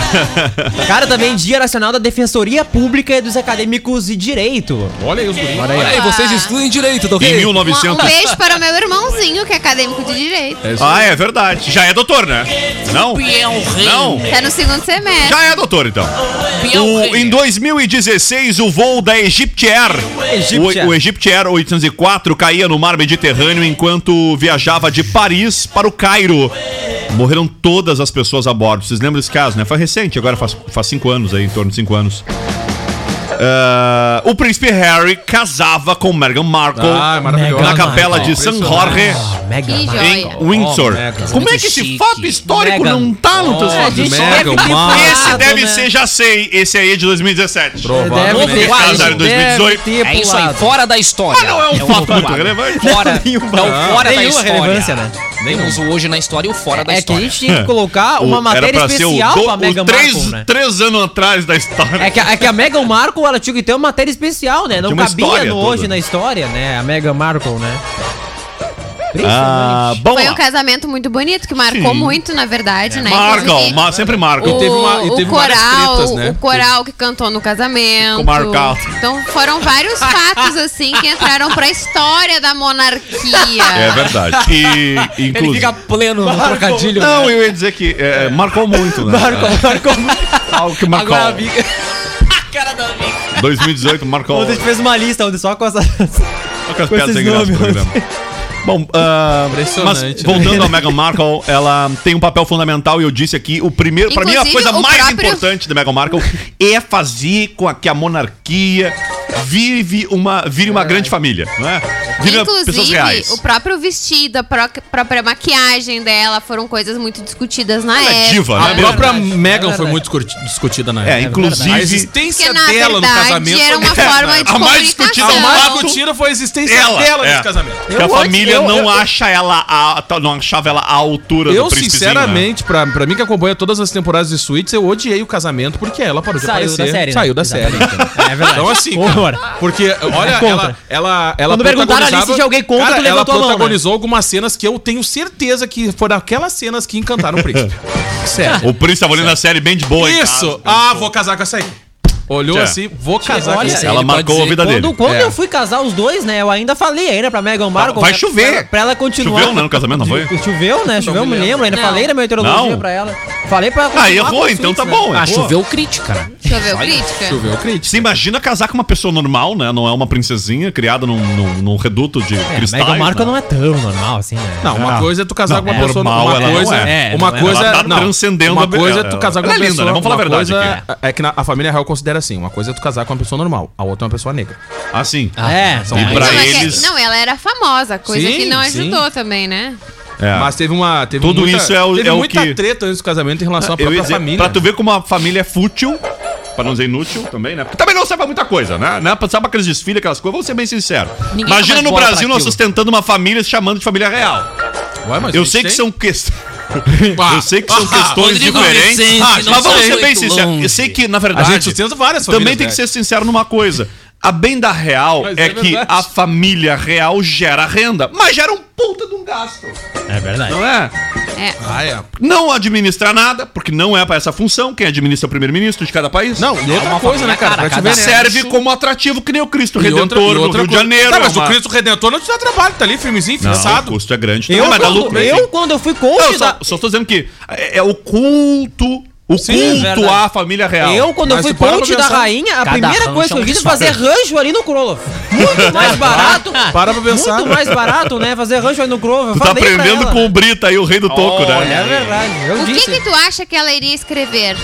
F: Cara, também Dia Nacional da Defensoria Pública e dos Acadêmicos de Direito.
E: Olha aí os guris.
H: Olha aí, vocês estudem direito, tá
D: em
H: ok?
G: Uma- Um
D: 1900.
G: beijo para o meu irmãozinho, que é acadêmico de direito.
D: Ah, é verdade. Já é doutor, né? Não? Não?
G: Tá no segundo semestre.
D: Já é doutor, então. O- em 2016, o voo da Egyptiair,
F: Egypt Air.
D: o, o Egyptiair 804, caía no mar Mediterrâneo enquanto viajava de Paris para o Cairo. Morreram todas as pessoas a bordo. Vocês lembram desse caso, né? Foi recente, agora faz, faz cinco anos aí, em torno de cinco anos. Ah, o príncipe Harry casava com Meghan Markle
E: Ah, é maravilhoso.
D: na capela de San Jorge
F: Ah, Mega.
G: Que
D: em
G: joia.
D: Windsor.
F: né,
E: Oh, Meghan.
D: Como é que
H: Chique.
D: esse fato histórico
F: Meghan.
D: não tá no teu
F: a gente
E: Mega,
F: deve ter
E: uma-
F: falado,
D: esse deve
F: né?
D: ser, já sei. Esse aí é de 2017.
F: Deve
E: Provavelmente.
F: ter,
D: Esse caso era em
F: deve
D: 2018.
F: ter
H: É isso aí,
F: pulado.
H: fora da história.
D: Não é um fato muito relevante.
H: Fora,
F: Não,
H: é o
F: nenhuma.
H: fora da
F: Nenhuma
H: história.
F: relevância, né?
H: Temos o hoje na história e o fora da
F: É que a
H: história.
F: gente tinha que colocar
D: O-
F: uma
D: era
F: matéria
D: pra ser o
F: especial
D: do-
F: pra
D: o
F: Meghan
D: três,
F: Markle, né?
D: três anos atrás da história.
F: É que, é que a Meghan Markle, ela tinha que ter uma matéria especial, né? Não
D: Tinha uma
F: cabia
D: história
F: no
D: toda.
F: hoje na história, né? A Meghan Markle, né?
D: Ah, bom,
G: Foi um casamento muito bonito, que marcou
D: Sim. É.
G: muito, na verdade, né?
D: marcam,
G: Inclusive,
D: ma- sempre marcam.
G: o,
E: teve uma- e teve
G: o
E: várias
G: coral,
E: tretas, né?
G: o coral que cantou no casamento.
D: Ficou marcado.
G: Então foram vários fatos assim que entraram pra história da monarquia.
D: É verdade. E, inclusive...
H: Ele fica pleno no trocadilho. né?
D: Não,
F: né?
D: eu ia dizer que é, marcou muito, né?
H: Marcou, marcou muito.
D: Algo que marcou.
H: Agora a Vicky. A cara da Vicky.
D: 2018 marcou.
F: A gente fez uma lista onde só com essa.
D: Olha que as
F: com
D: piadas
F: esses
D: sem graça do
F: nomes. assim.
D: programa. Bom, ah,
E: Impressionante,
D: mas
E: né?
D: voltando à Meghan Markle, ela tem um papel fundamental e eu disse aqui, o primeiro, para mim a
G: Inclusive,
D: coisa
G: o
D: mais
G: próprio-
D: importante da Meghan Markle é fazer com a, que a monarquia vive uma, vire uma grande família, não é? Vire pessoas
G: Inclusive,
D: reais. É,
E: É
G: o próprio vestido, a pró- própria maquiagem dela foram coisas muito discutidas na
D: Ela é
G: época.
D: diva, né?
E: A própria
F: verdade, é
E: Meghan foi
F: verdade.
E: muito discuti- discutida na
D: É,
E: época.
D: inclusive-
E: A
G: Porque,
E: existência
G: na
E: é dela no
G: verdade,
E: casamento. É, né?
G: era uma forma de
D: A mais discutida
E: A
D: é Fato.
E: mais
G: comunicação.
E: discutida foi a existência
D: Ela,
E: dela
D: é.
E: nesse casamento.
D: Que a
F: Eu
D: família
F: acho- eu-
D: não
F: eu-
D: acha ela, a- tá- não achava ela à altura
E: Eu,
D: do príncipezinho, né?
E: sinceramente, pra, pra mim que acompanha todas as temporadas de Suits, eu odiei o casamento porque ela parou de
F: Saiu
E: aparecer.
F: da série, né?
E: Saiu da série.
F: Exatamente.
E: então.
F: É verdade.
E: Então, assim,
F: Horror. É
E: cara, porque, olha,
F: Contra.
E: ela, ela, ela
F: Quando perguntaram ali se
E: protagonizava-
F: tinha alguém contra,
E: cara,
F: tu
E: ela
F: levantou a mão, né?
E: protagonizou algumas cenas que eu tenho certeza que foram aquelas cenas que encantaram o príncipe. Sério.
D: O príncipe tava olhando a série bem de boa em
E: Isso!
D: casa.
E: Ah, vou casar com essa aí. Olhou
D: Tchê.
E: assim, vou casar
F: olha,
E: com essa aí.
D: Ela
H: Ele pode
D: marcou a
H: dizer,
D: vida
F: Quando,
D: dele.
F: quando
E: É.
F: eu fui casar os dois, né? Eu ainda falei ainda pra Meghan Markle.
D: Vai
F: né,
D: chover.
F: Pra, pra ela continuar.
D: Choveu, né, no casamento, não foi?
F: Choveu, né? Choveu, eu me lembro. Ainda
H: Não.
F: falei na meteorologia
D: Não.
F: pra ela. Falei pra ela
D: Ah,
F: continuar com
D: errou,
F: os
D: então tá
F: suítes, né? É,
D: bom.
H: Ah,
D: errou.
H: choveu crítica.
G: Choveu crítica.
E: Choveu crítica.
D: Você imagina casar com uma pessoa normal, né? Não é uma princesinha criada num, num- num reduto de
F: É,
D: cristais.
F: Meghan Markle
D: né?
F: não é tão normal assim, né?
E: Não, uma
D: Ah,
E: coisa é tu casar
D: não,
E: com uma
D: é
E: pessoa
D: normal, ela
E: uma
D: não
E: coisa,
F: é.
E: uma
F: Ela
E: coisa,
D: tá transcendendo
E: uma
D: a-
E: coisa é tu casar com uma
D: Ela é
E: pessoa,
D: linda, né? Vamos falar
E: uma
D: a verdade
E: coisa
D: aqui.
E: é que na, a família real considera assim, uma coisa é tu casar com uma pessoa normal, a outra é uma pessoa negra.
D: Ah, sim.
F: É,
E: são
D: E
E: mais-
D: pra
G: não, mas é-
D: eles.
G: não, ela era famosa, coisa
E: Sim,
G: que não
E: sim.
G: ajudou também, né?
D: É.
E: Mas teve uma, teve
D: Tudo
E: muita,
D: isso é o-
E: teve
D: é o
E: muita
D: que-
E: treta antes do casamento em relação à
D: Eu ia
E: própria
D: dizer,
E: família.
D: Pra tu ver como a família é fútil, pra não dizer inútil também, né? Porque também não serve pra muita coisa, né? né? Pra- Sabe pra aqueles desfiles, aquelas coisas, vamos ser bem sinceros.
H: Ninguém dá
D: Imagina
H: mais
D: no
H: bola pra
D: Brasil nós
H: aquilo.
D: sustentando uma família se chamando de família real.
E: Ué, mas
D: Eu
E: a gente
D: sei que
E: tem-
D: são questões.
E: Ah,
D: Eu sei que são questões
H: Rodrigo
D: diferentes.
H: Vicente,
D: Ah,
H: não
D: mas vamos
H: foi
D: ser bem
H: muito
D: sinceros. Eu
H: longe.
D: sei que, na
E: a
D: verdade.
E: gente sustenta várias famílias. né?
D: Também tem que ser sincero numa coisa. A bem da real
E: Mas
D: é,
E: é
D: que
E: verdade.
D: a família real gera renda, mas gera um puta de um gasto,
F: É verdade.
D: não é?
G: É.
E: Ah, é.
D: Não administra nada, porque não é pra essa função. Quem administra é o primeiro-ministro de cada país.
E: Não, e outra coisa, né, cara, pra te
D: Cada
E: ver, né?
D: serve como atrativo, que nem o Cristo
E: E outra-
D: Redentor
E: e outra
D: no Rio de
E: coisa-
D: Janeiro.
E: Tá, mas
D: uma-
E: o Cristo Redentor não te dá trabalho, tá ali firmezinho,
D: Não,
E: fixado.
D: o custo é grande.
F: Eu,
D: Não, mas dá
F: quando,
D: lucro. assim.
F: eu, quando eu fui coach
D: Não, só,
F: da-
D: só tô dizendo que é, é o culto, o
E: Sim,
D: culto
F: é verdade.
D: à família real.
F: Eu, quando eu
E: Mas
F: fui
E: tu para pra
F: coach da
E: pensar.
F: rainha, a
H: Cada
F: primeira
H: rancho
F: coisa
H: é
F: que eu
H: um
F: fiz é
H: risco.
F: fazer rancho ali no Kroloff. Muito mais barato.
E: Para pra pensar.
F: Muito mais barato, né? Fazer rancho ali no Kroloff. Eu
D: Tu tá
F: falei pra
D: aprendendo
F: ela,
D: com o
F: né?
D: Brita aí, o rei do toco,
F: É
D: né?
F: verdade. Eu
G: O que
F: disse.
G: que tu acha que ela iria escrever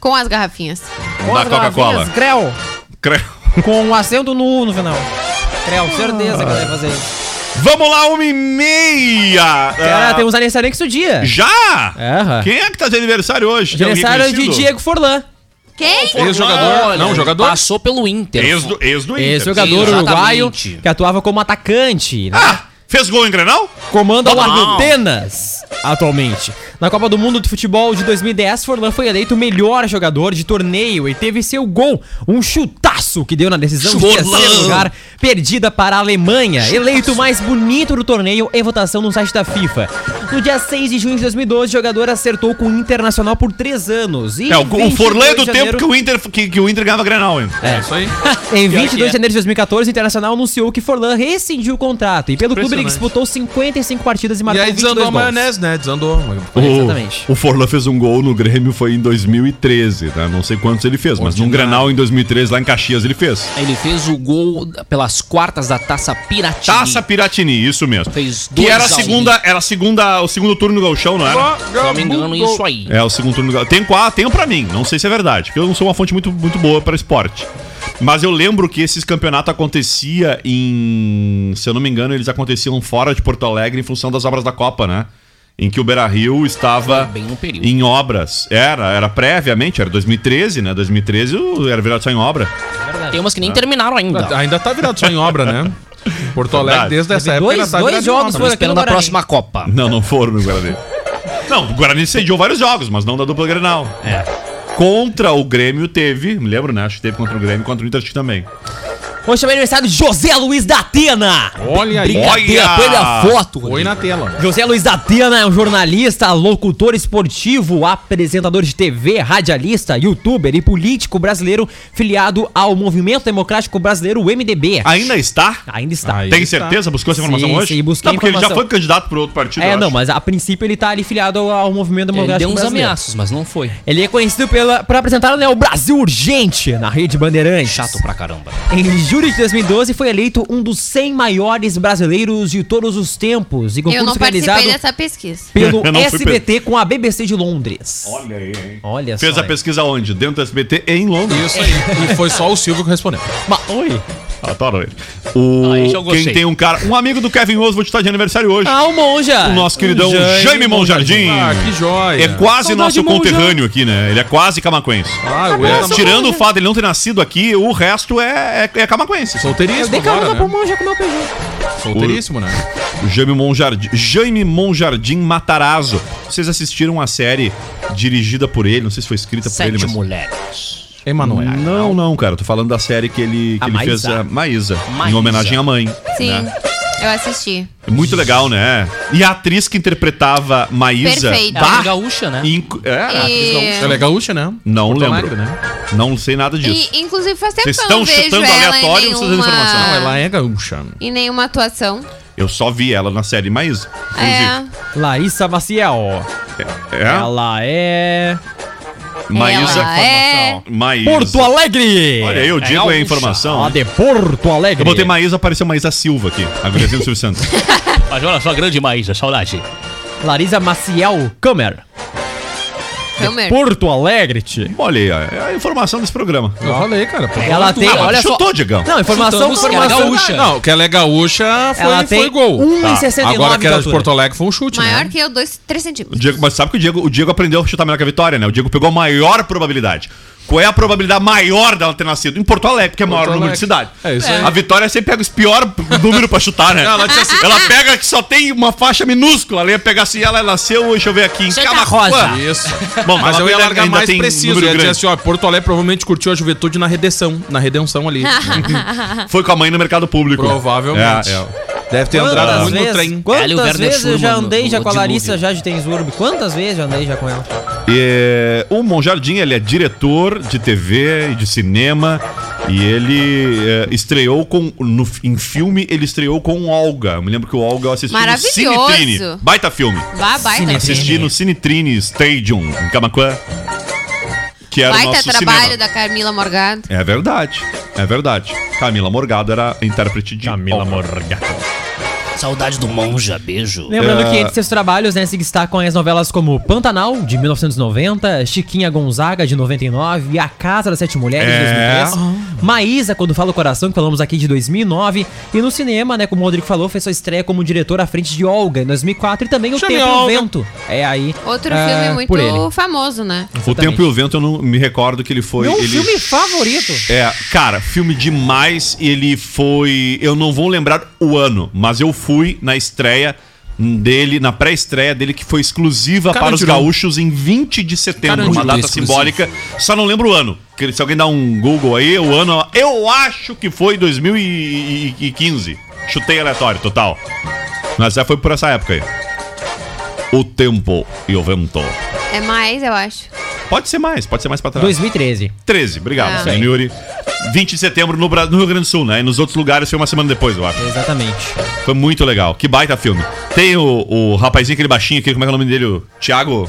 G: com as garrafinhas?
F: Com
D: Da
F: as garrafinhas,
D: Coca-Cola.
F: Creu.
D: Cre-
F: Com um acento no U no final. Creu,
D: Ah.
F: certeza que ela vai fazer isso.
D: Vamos lá, uma e meia.
F: Cara,
D: Ah,
F: tem uns aniversariantes do dia.
D: Já?
F: É, aham.
D: Quem é que tá de aniversário hoje? Tem alguém
F: Aniversário de
D: conhecido?
F: Diego Forlan.
G: Quem?
E: Ex-jogador. não, jogador.
H: Passou pelo Inter.
D: Ex do, ex do Inter.
F: Ex-jogador
H: Exatamente.
F: uruguaio que atuava como atacante. Né?
D: Ah, fez gol em Grenal?
F: Comanda o Atenas atualmente. Na Copa do Mundo de Futebol de 2010, Forlan foi eleito o melhor jogador de torneio e teve seu gol, um chutaço que deu na decisão de
H: Forlan.
F: terceiro lugar, perdida para a Alemanha, eleito o mais bonito do torneio em votação no site da FIFA. No dia 6 de junho de 2012, o jogador acertou com o Internacional por 3 anos. E
D: É, o, o
F: em 22
D: Forlan é
F: de
D: do tempo
F: janeiro-
D: que o Inter, que, que o Inter ganhava Grenal ainda.
E: É, isso aí.
F: em 22
D: é.
F: de janeiro de 2014, o Internacional anunciou que Forlan rescindiu o contrato e pelo clube ele disputou 55 partidas e
E: E
F: marcou
E: aí
F: 22
E: desandou a
F: gols.
E: maionese, né? Desandou.
F: Exatamente.
D: O, o Forlan fez um gol no Grêmio foi em 2013, tá? Não sei quantos ele fez, mas num Grenal em 2013 lá em Caxias ele fez.
H: Ele fez o gol pelas quartas da Taça Piratini.
D: Taça Piratini, isso mesmo.
H: Fez
D: Que
H: dois
D: era a
H: a um.
D: segunda, era a segunda, o segundo turno do Gauchão, não era?
H: Se não me engano, isso aí.
D: É, o segundo turno do Gauchão. Tem quatro, tem um pra mim, não sei se é verdade, porque eu não sou uma fonte muito, muito boa pra esporte. Mas eu lembro que esses campeonatos acontecia em, se eu não me engano, eles aconteciam fora de Porto Alegre em função das obras da Copa, né? Em que o Beira-Rio estava
H: Bem no período.
D: em obras. Era, era previamente, era 2013, né? 2013 o- era virado só em obra.
H: Tem umas que nem terminaram ainda.
E: Ainda tá virado só em obra, né? Porto Alegre,
D: Verdade.
E: desde essa
F: Teve
E: época,
F: dois-
E: ainda tá
F: dois
E: virado em
F: jogos
E: obra.
F: foram-
H: Esperando a
F: Guarani.
H: próxima Copa. É.
D: Não, não foram no Guarani. Não, o Guarani sediou vários jogos, mas não da dupla Grenal. Contra o Grêmio teve, me lembro, né? Acho que teve contra o Grêmio, contra o Inter acho que também.
F: Vamos chamar é aniversário de José Luiz da Atena.
E: Olha aí.
F: Brincadeira,
D: Olha!
F: põe a foto.
E: Foi na tela.
F: José Luiz da Atena é um jornalista, locutor esportivo, apresentador de TV, radialista, youtuber e político brasileiro filiado ao Movimento Democrático Brasileiro, o MDB.
D: Ainda está?
F: Ainda está.
E: Aí.
D: Tem
E: está.
D: certeza? Buscou essa
F: Sim,
D: informação hoje?
F: sim, busquei
D: Não, porque ele já
F: informação.
D: foi candidato para outro partido.
F: É,
D: eu
F: não,
D: acho.
F: mas a princípio ele tá ali filiado ao- ao Movimento
H: Ele
F: Democrático
H: deu uns
F: Brasileiro.
H: ameaços, mas não foi.
F: Ele é conhecido pela, por apresentar né, o Brasil Urgente na Rede Bandeirantes.
H: Chato pra caramba.
F: Em julho de 2012 foi eleito um dos 100 maiores brasileiros de todos os tempos e
G: Eu não
F: concurso realizado
G: participei dessa pesquisa.
F: pelo
D: Eu não fui
F: SBT com a BBC de Londres. Olha aí, hein? Olha
D: Fez
F: só.
D: a pesquisa onde? Dentro do SBT em Londres.
E: Isso aí. E foi só o Silvio que respondeu.
F: Mas, oi.
D: Adoro ele. O,
H: Ah, esse eu gostei.
D: quem tem um cara, um amigo do Kevin Oswald está de aniversário hoje.
F: Ah, o Monja.
D: o nosso queridão
F: Jaime
D: Jaime Monjardim.
E: Ah, que joia.
D: É quase
I: Saudade
D: nosso
I: de Monja.
D: conterrâneo aqui, né? Ele é quase camacuense.
E: Ah, eu era
D: Tirando o fato de ele não ter nascido aqui, o resto é, é, é camacuense.
F: Eu
E: solteiríssimo
F: dei carona
E: agora,
F: pro
E: né?
F: Monja com meu PG.
E: Solteiríssimo, né?
D: O Jaime Monjardim, Jaime Monjardim Matarazzo. Vocês assistiram a série dirigida por ele, não sei se foi escrita por ele,
H: Sete
D: mas...
H: mulheres.
E: Emanuel.
D: Não, não, cara. Eu tô falando da série que ele, que
F: é A
D: ele
F: Maísa.
D: fez, a Maísa, em
H: Maísa.
D: homenagem à mãe.
G: Sim,
D: né? É
G: eu assisti.
D: Muito legal, né? E a atriz que interpretava Maísa.
G: Perfeita.
D: Bah,
H: Ela é gaúcha, né?
D: inc- é,
G: E,
E: Ela é gaúcha, né?
D: Não
E: Porto
D: lembro.
E: Alegre, né?
D: Não sei nada disso.
G: e, inclusive, faz tempo
D: Vocês
G: que eu não
D: estão
G: vejo
D: chutando
G: ela em
D: aleatório ou vocês dando
G: nenhuma,
D: informação?
E: Não, ela é gaúcha.
G: em nenhuma atuação.
D: Eu só vi ela na série Maísa.
G: É,
F: Larissa Maciel.
D: É.
F: Ela é.
D: Maísa.
G: ela é...
D: Maísa.
F: Porto Alegre!
D: Olha, eu digo é a informação.
F: Ela de Porto Alegre.
D: Eu botei Maísa, apareceu Maísa Silva aqui. A guriazinha do Silvio Santos.
H: Mas olha só, grande Maísa, saudade.
F: Larissa Maciel Câmara.
G: Kilmer.
F: Porto Alegre, tio.
D: Olha aí, ó, é a informação desse programa.
E: Eu falei, cara. pô.
F: Ela tem.
D: mas
F: olha só.
D: chutou, Digão.
F: Não, informação,
H: Chutamos que ela é
F: informação.
H: gaúcha.
E: Não, que ela é gaúcha foi,
F: Ela
E: foi
F: tem
E: gol. Tá.
F: 1,69
E: Agora que era de
F: de altura.
E: Porto Alegre foi um chute,
G: Maior
E: né?
G: que eu, 2, 3
D: O
G: centímetros.
D: Diego, mas sabe que o Diego, o Diego aprendeu a chutar melhor que a vitória, né? O Diego pegou a maior probabilidade. Qual é a probabilidade maior dela ter nascido? Em Porto Alegre, porque é o maior
E: Porto
D: número de cidade.
E: Alegre. É isso aí.
D: A vitória sempre pega os piores números pra chutar, né? Ela,
E: assim,
D: pega que só tem uma faixa minúscula. Ela ia pegar assim, ela nasceu, deixa eu ver aqui, em Camacuã.
F: Rosa.
E: Isso.
D: Bom,
E: Mas eu ia largar mais preciso. Eu ia dizer
D: grande.
E: assim, ó, Porto Alegre provavelmente curtiu a juventude na redenção, na redenção ali.
D: Foi com a mãe no mercado público.
E: Provavelmente.
D: É, é.
E: Deve ter entrado
F: Quantas
E: muito no
F: vezes,
E: trem.
H: Ela e o
F: quantas
H: Werner
F: vezes eu já
H: Schulman
F: andei
H: no-
F: já
H: no
F: com a Larissa
H: dilúvio.
F: já de Tensurb? Quantas vezes eu andei já com ela?
D: E, o Monjardim, ele é diretor de TV e de cinema. E ele é, estreou com. No, em filme, ele estreou com Olga. Eu me lembro que o Olga eu assisti no
G: Maravilhoso.
D: Cinetrine. Baita filme.
G: Vá, baita.
D: Assisti no Cinetrine Stadium, em Camacuã. Que era o
G: Baita
D: nosso
G: trabalho
D: cinema.
G: da Carmila Morgado.
D: É verdade, é verdade. Camila Morgado era a intérprete de. Camila Morgado.
H: Saudade do monja, beijo.
F: Lembrando que entre seus trabalhos, né, se destacam as novelas como Pantanal, de 1990, Chiquinha Gonzaga, de 99, e A Casa das Sete Mulheres,
D: É.
F: de 2010, Maísa, Quando Fala o Coração, que falamos aqui de 2009, e no cinema, né, como o Rodrigo falou, fez sua estreia como diretor à frente de Olga, em 2004, e também O
E: Chame
F: Tempo e o
E: Olga.
F: Vento. É aí,
G: Outro
F: é,
G: filme
F: por ele.
G: muito famoso, né?
D: O Tempo e o Vento, eu não me recordo que ele foi.
F: Meu
D: ele...
F: filme favorito.
D: É, cara, filme demais. E ele foi. Eu não vou lembrar o ano, mas eu fui na estreia dele, na pré-estreia dele, que foi exclusiva para os
E: Carandiru.
D: gaúchos em 20 de setembro,
E: Carandiru,
D: uma data
E: exclusivo.
D: simbólica. Só não lembro o ano. Que Se alguém dá um Google aí, o ano. Eu acho que foi 2015. Chutei aleatório, total. Mas já foi por essa época aí. O tempo e o vento.
G: É mais, eu acho.
D: Pode ser mais, pode ser mais pra trás.
F: 2013.
D: 13, obrigado,
G: Ah.
D: senhor Yuri. 20 de setembro no, Bra- no Rio Grande do Sul, né? E nos outros lugares foi uma semana depois, eu acho.
F: Exatamente.
D: Foi muito legal. Que baita filme. Tem o, o rapazinho, aquele baixinho aqui, como é que é o nome dele? O Thiago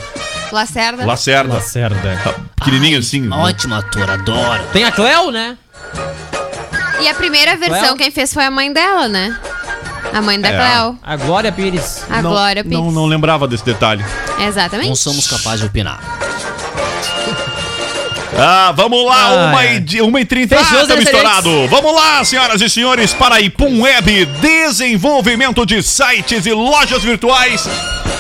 G: Lacerda.
D: Lacerda.
F: Lacerda.
D: Pequenininho assim.
H: Ótima ator, adoro.
F: Tem a Cleo, né?
G: E a primeira versão,
F: Cleo?
G: quem fez foi a mãe dela, né? A mãe da
D: É.
G: Cleo.
F: A Glória Pires.
G: A Glória Pires.
D: Não, não lembrava desse detalhe.
G: Exatamente.
H: Não somos capazes de opinar.
D: Ah, vamos lá,
F: Ah,
D: uma,
F: é.
D: e de- uma e trinta.
F: Fechou,
D: Ah,
F: Zé
D: estamos
F: Félix.
D: estourado. Vamos lá, senhoras e senhores, para a Ipum Web, desenvolvimento de sites e lojas virtuais.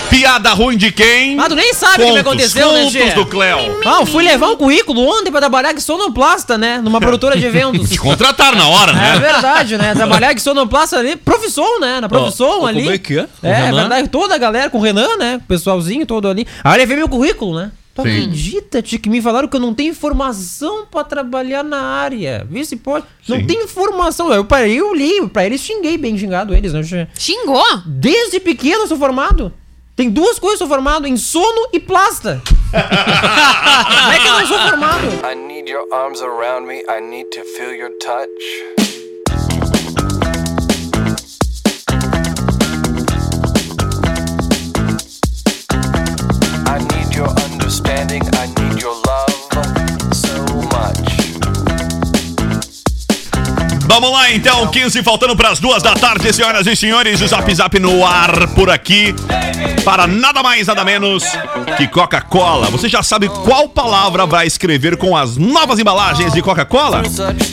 D: Piada ruim de quem?
F: Ah, tu nem sabe o que me aconteceu, né,
D: contos
F: Gê?
D: do Cleo.
F: Ah, eu fui levar um currículo ontem pra trabalhar que sonoplasta, né? Numa produtora de eventos.
D: Te contrataram na hora, né?
F: É verdade, né? Trabalhar que sonoplasta ali, profissão, né? Na profissão ali.
E: como é que é? O
F: É, é
E: Renan?
F: verdade, toda a galera com o Renan, né? O pessoalzinho todo ali. Aí eu levei meu currículo, né? Tu
D: Sim.
F: acredita, Tio, que me falaram que eu não tenho informação pra trabalhar na área? Vê se pode. Não tem informação. Eu parei, eu li. Pra eles xinguei bem xingado eles, né? Xi-
G: Xingou?
F: Desde pequeno eu sou formado. Tem duas coisas eu sou formado, em sono e plasta. Como é que eu não sou formado?
J: I need your arms around me. I need to feel your touch. I need your understanding. I need your love so much.
D: Vamos lá então, 15 faltando para as duas da tarde, senhoras e senhores. O Zap Zap no ar por aqui. Para nada mais, nada menos que Coca-Cola. Você já sabe qual palavra vai escrever com as novas embalagens de Coca-Cola?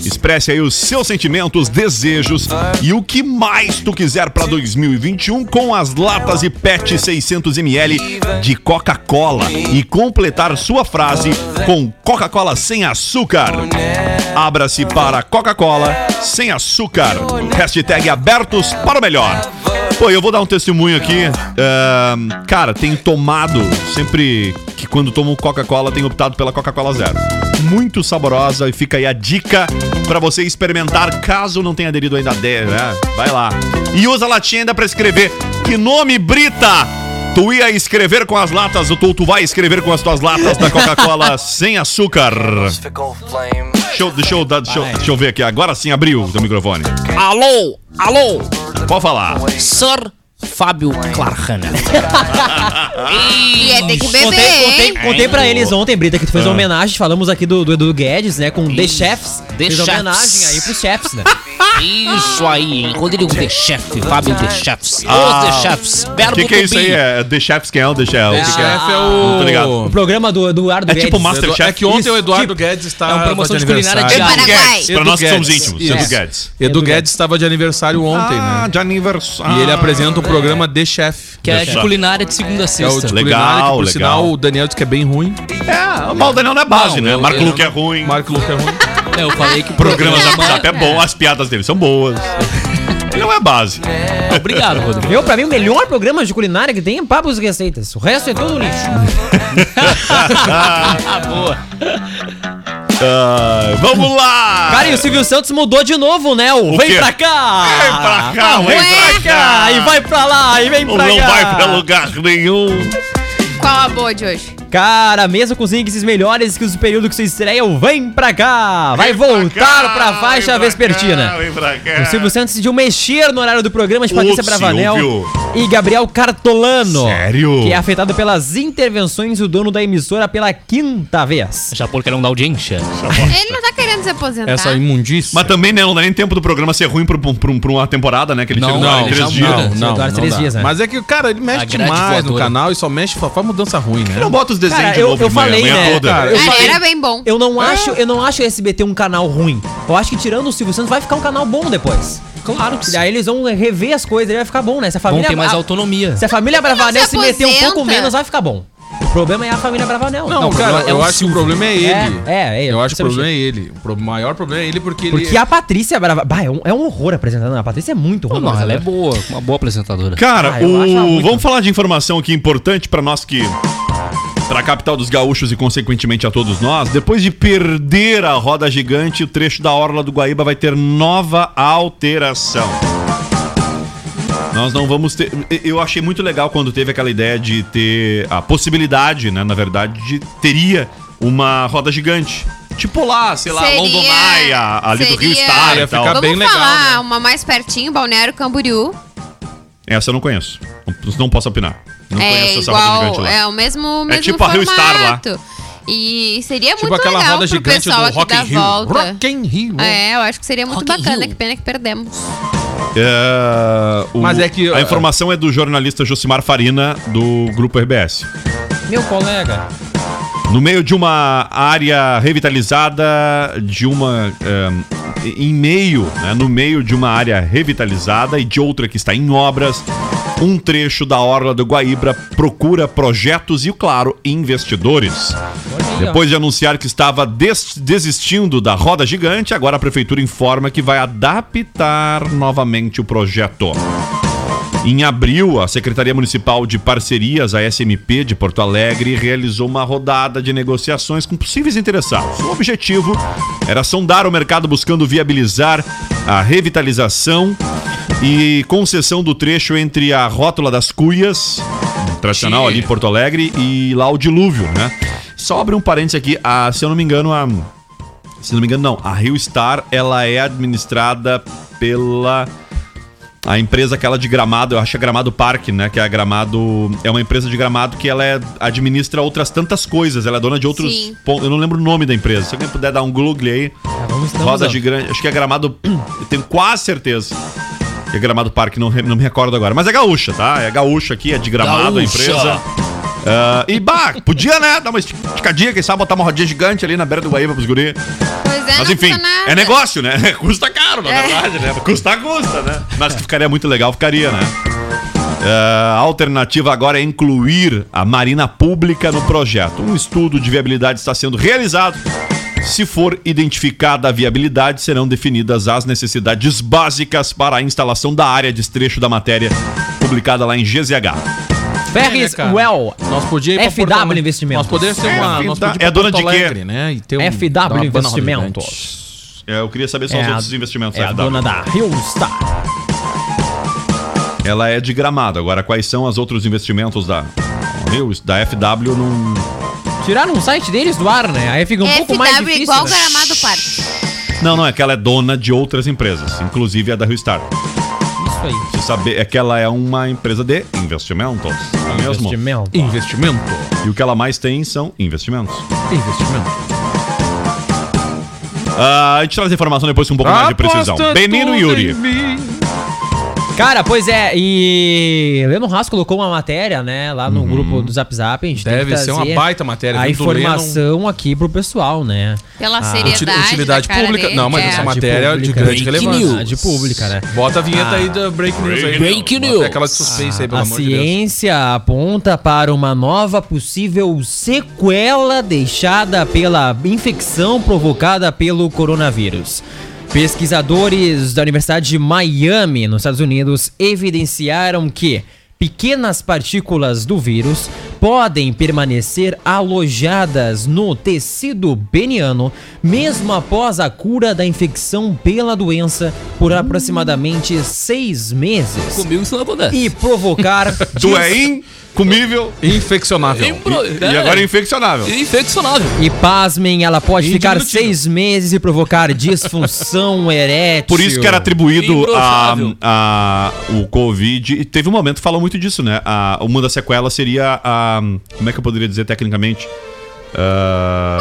D: Expresse aí os seus sentimentos, desejos e o que mais tu quiser para 2021 com as latas e PET 600ml de Coca-Cola. E completar sua frase com Coca-Cola sem açúcar. Abra-se para Coca-Cola sem açúcar. Hashtag abertos para o melhor. Pô, eu vou dar um testemunho aqui. Ahn, cara, tem tomado sempre que quando tomo Coca-Cola, tenho optado pela Coca-Cola Zero. Muito saborosa e fica aí a dica para você experimentar caso não tenha aderido ainda a 10, né? Vai lá. E usa a latinha ainda para escrever. Que nome Brita! Tu ia escrever com as latas, ou tu, tu vai escrever com as tuas latas da Coca-Cola sem açúcar.
J: Fickle flame.
D: Deixa eu, deixa, eu dar- deixa, eu, deixa eu ver aqui. Agora sim abriu o teu microfone.
H: Alô, alô,
D: Pode falar.
H: Sir Fábio Clarhana.
G: E é ter que beber,
F: Contei, contei,
G: hein?
F: contei pra eles ontem, Brita, que tu
D: Ah.
F: fez uma homenagem. Falamos aqui do, do Edu Guedes, né? Com The Chefs.
H: The
F: fez uma
H: Chefs.
F: homenagem aí pros chefs, né?
H: Isso aí, hein? Rodrigo The Chef, Fábio The Chefs.
D: Ah.
H: Os The Chefs,
D: O
H: verbo
D: que, que é isso
H: do
D: aí?
H: bem.
D: É The Chefs? Quem é o The Chefs?
E: Esse chefe é
D: Não tô ligado.
F: O
E: o.
F: programa do Eduardo
D: É
F: Guedes.
D: tipo Master-
E: Edu- É que ontem o Eduardo Guedes
H: É
E: estava
H: uma promoção de culinária
G: de
D: Edu
G: Paraguai.
D: Guedes. Pra
E: Edu
D: nós que somos
E: Guedes.
D: íntimos.
E: Isso.
D: Edu Guedes.
E: Edu Guedes estava de aniversário ontem, né?
D: de aniversário.
E: E ele apresenta o programa The Chef.
H: Que é
D: Deixa.
H: de culinária de segunda a
E: Que é o
H: sexta.
E: de
D: Legal,
E: culinária, que por
D: legal.
E: sinal o Daniel disse que é bem ruim.
D: É, mas o Daniel não é base,
H: Não,
D: né?
H: eu-
D: Marco
H: eu-
D: Luque é ruim.
E: Marco Luca é ruim.
H: É, eu falei que o
D: Programa
H: programa...
D: Zap Zap é bom, as piadas dele são boas. Ele não é base.
H: Obrigado, Rodrigo.
F: Meu, pra mim, o melhor programa de culinária que tem é Papos e Receitas. O resto é todo lixo.
D: Ah, vamos lá!
F: Cara, e o Silvio Santos mudou de novo, né? O,
D: O
F: vem
D: quê?
F: pra cá!
D: Vem pra cá, vem pra cá!
F: E Ah, vai pra lá, e vem
D: Não
F: pra cá!
D: vai pra lugar nenhum.
G: Qual a boa de hoje?
F: Cara, mesmo com os índices melhores que os períodos que se estreia, o vem pra cá! Vai voltar pra, faixa vespertina.
D: Vem pra cá.
E: É.
F: O Silvio Santos decidiu mexer no horário do programa de Patrícia
D: Ô,
F: Bravanel
D: Silvio.
F: e Gabriel Cartolano.
D: Sério?
F: Que é afetado pelas intervenções do dono da emissora pela quinta vez.
H: Já porque não dá audiência.
G: Ele não tá querendo se aposentar.
E: Essa imundícia.
D: Mas também, né, não dá nem tempo do programa ser ruim pra, um, pra, pra- pra uma temporada, né? Que ele
H: Não,
D: tira no
H: não,
D: ar em três
H: não,
D: dias.
H: não.
F: Eduardo, três
E: dá.
F: dias, né?
E: Mas é que, cara, ele mexe
H: A grade
E: demais no
H: voadora.
E: canal e só mexe, só faz mudança ruim, né?
D: Não bota os desenhos
F: Cara,
D: de
F: eu-
D: novo
F: eu
D: de manhã,
F: falei,
D: manhã
F: né,
D: toda.
E: cara, eu-
G: Cara,
E: falei-
G: Ah, era bem bom.
F: Eu não
E: É.
F: acho, eu não acho o SBT um canal ruim. Eu acho que tirando o Silvio Santos vai ficar um canal bom depois.
H: Claro que sim.
F: Daí eles vão rever as coisas, ele vai ficar bom, né? Se a
H: Vão
F: família
H: ter mais
F: a-
H: autonomia.
F: Se a família Bravanel
G: se
F: se meter um pouco
G: aposenta.
F: menos, vai ficar bom. O problema é a família Bravanel.
E: Não,
F: o
E: cara,
F: problema é
E: eu
F: o
E: acho que o
F: Silvio.
E: problema é ele.
F: É, é,
E: Eu acho que o
F: Sabe
E: problema é ele. O pro- maior problema é ele porque,
F: Porque
E: ele.
F: a Patrícia Brava. Bah, é, um, é um horror apresentando. A Patrícia é muito ruim.
H: Não, ela é
F: apresentando.
H: boa, uma boa apresentadora.
D: Cara,
F: Ah, eu acho ela
D: o...
F: muito-
D: vamos falar de informação aqui importante pra nós que. Pra capital dos gaúchos e, consequentemente, a todos nós. Depois de perder a roda gigante, o trecho da Orla do Guaíba vai ter nova alteração. Nós não vamos ter. Eu achei muito legal quando teve aquela ideia de ter a possibilidade, né? Na verdade, de teria uma roda gigante. Tipo lá, sei lá,
G: Seria-
D: Londonaia, ali do Rio
G: seria-
D: Star e
E: Ia
D: tal.
E: ficar
G: Vamos
E: bem legal,
G: falar
E: né?
G: uma mais pertinho, Balneário Camboriú.
D: Essa eu não conheço. Não, não posso opinar. Não
G: é
D: conheço essa roda gigante
G: igual,
D: lá.
G: é o mesmo, mesmo
D: tipo a Rio Star lá.
G: formato. E seria
E: Tipo
G: muito
E: aquela
G: legal
E: roda
G: pro
E: gigante
G: pessoal
E: do
G: aqui
E: Rock
G: da
E: in Rio.
G: volta.
E: Rock in Rio. né?
G: É, eu acho que seria muito
H: Rock in
G: bacana,
H: Rio.
G: que pena que perdemos.
D: É, o-
E: Mas é que-
D: a informação é do jornalista Josimar Farina do grupo RBS.
F: Meu colega.
D: No meio de uma área revitalizada, de uma é, em meio, né, no meio de uma área revitalizada e de outra que está em obras, um trecho da orla do Guaíba procura projetos e, claro, investidores. Depois de anunciar que estava des- desistindo da roda gigante, agora a prefeitura informa que vai adaptar novamente o projeto. Em abril, a Secretaria Municipal de Parcerias, a SMP de Porto Alegre, realizou uma rodada de negociações com possíveis interessados. O objetivo era sondar o mercado buscando viabilizar a revitalização e concessão do trecho entre a Rótula das Cuias, tradicional ali em Porto Alegre, e lá o Dilúvio, né? Só abrir um parênteses aqui, a, se eu não me engano, a se não me engano, não. A Rio Star, ela é administrada pela a empresa aquela de Gramado, eu acho que é Gramado Parque, né? Que é a Gramado, é uma empresa de Gramado que ela é- administra outras tantas coisas. Ela é dona de outros
K: Sim.
D: pontos. Eu não lembro o nome da empresa. Se alguém puder dar um Google aí,
F: Ah,
K: estamos
D: roda
K: dando.
D: gigante. Acho que é Gramado. Eu tenho quase certeza. que É Gramado Parque, não, re- não me recordo agora. Mas é gaúcha, tá? É gaúcha aqui, é de Gramado
K: Gaúcha.
D: a empresa. Ah, e bah, podia, né? Dar uma esticadinha, quem sabe botar uma rodinha gigante ali na beira do Guaíba pros guri.
G: Pois é,
D: Mas
G: não
D: enfim,
G: custa nada.
D: é negócio, né? Custa caro, na
G: É.
D: verdade, né? Custa, custa, né? Mas que ficaria muito legal, ficaria, né? Ah, a alternativa agora é incluir a Marina Pública no projeto. Um estudo de viabilidade está sendo realizado. Se for identificada a viabilidade, serão definidas as necessidades básicas para a instalação da área de trecho da matéria publicada lá em GZH.
F: Ferris Well.
E: É, né, Nós podíamos ir pra Porto
F: FW
E: Alegre.
F: Investimentos.
E: Nós podíamos ser uma. nós podíamos ir pra
D: É dona
E: Porto
D: de quê?
E: Alegre, né? E ter um-
F: FW
E: dar uma banda
F: Investimentos.
D: rodante. É, eu queria saber só os
F: É a-
D: outros investimentos.
F: é a
D: FW.
F: dona da Rio Star.
D: Ela é de gramado. Agora, quais são os outros investimentos da Rio, da FW? Não.
F: Tiraram o site deles do ar, né? Aí fica um pouco mais
G: FW
F: difícil.
G: igual
F: né?
G: Gramado Parque.
D: Não, não, é que ela é dona de outras empresas, inclusive a da Rio Star.
F: Isso aí.
D: Se saber, é que ela é uma empresa de investimentos. não é mesmo?
F: Investimento.
D: Investimento. E o que ela mais tem são investimentos. Investimento. Ah, a gente traz a informação depois com um pouco mais de precisão. Benino e Yuri.
F: Cara, pois é, e Leno Haas colocou uma matéria, né, lá no grupo do Zap Zap. A gente tem
E: Deve
F: que
E: ser uma
F: trazer
E: baita matéria,
F: A
E: viu, do Lennon?
F: informação aqui pro pessoal, né?
G: Pela
F: A-
G: seriedade
E: Ah, Uti- utilidade
G: da cara
E: pública.
G: dele,
E: Não, mas
G: é.
E: essa matéria é de grande relevância.
F: né? De pública, né?
E: Bota a vinheta
F: Ah.
E: aí da Break News aí.
F: Break
E: Bota
F: News.
E: Aquela de suspense aí, pelo
F: a
E: amor de Deus.
F: ciência aponta para uma nova possível sequela deixada pela infecção provocada pelo coronavírus. Pesquisadores da Universidade de Miami, nos Estados Unidos, evidenciaram que pequenas partículas do vírus podem permanecer alojadas no tecido peniano mesmo após a cura da infecção pela doença por aproximadamente seis meses.
H: Comigo isso não acontece.
F: E provocar.
D: Tu é incomível.
E: Infeccionável.
D: E agora é infeccionável.
H: Infeccionável.
F: E pasmem, ela pode ficar seis meses e provocar disfunção erétil.
D: Por isso que era atribuído a,
F: Imbrochável.
D: a- o Covid. E teve um momento que falou muito disso, né? A- uma das sequelas seria a. Como é que eu poderia dizer tecnicamente? Ah,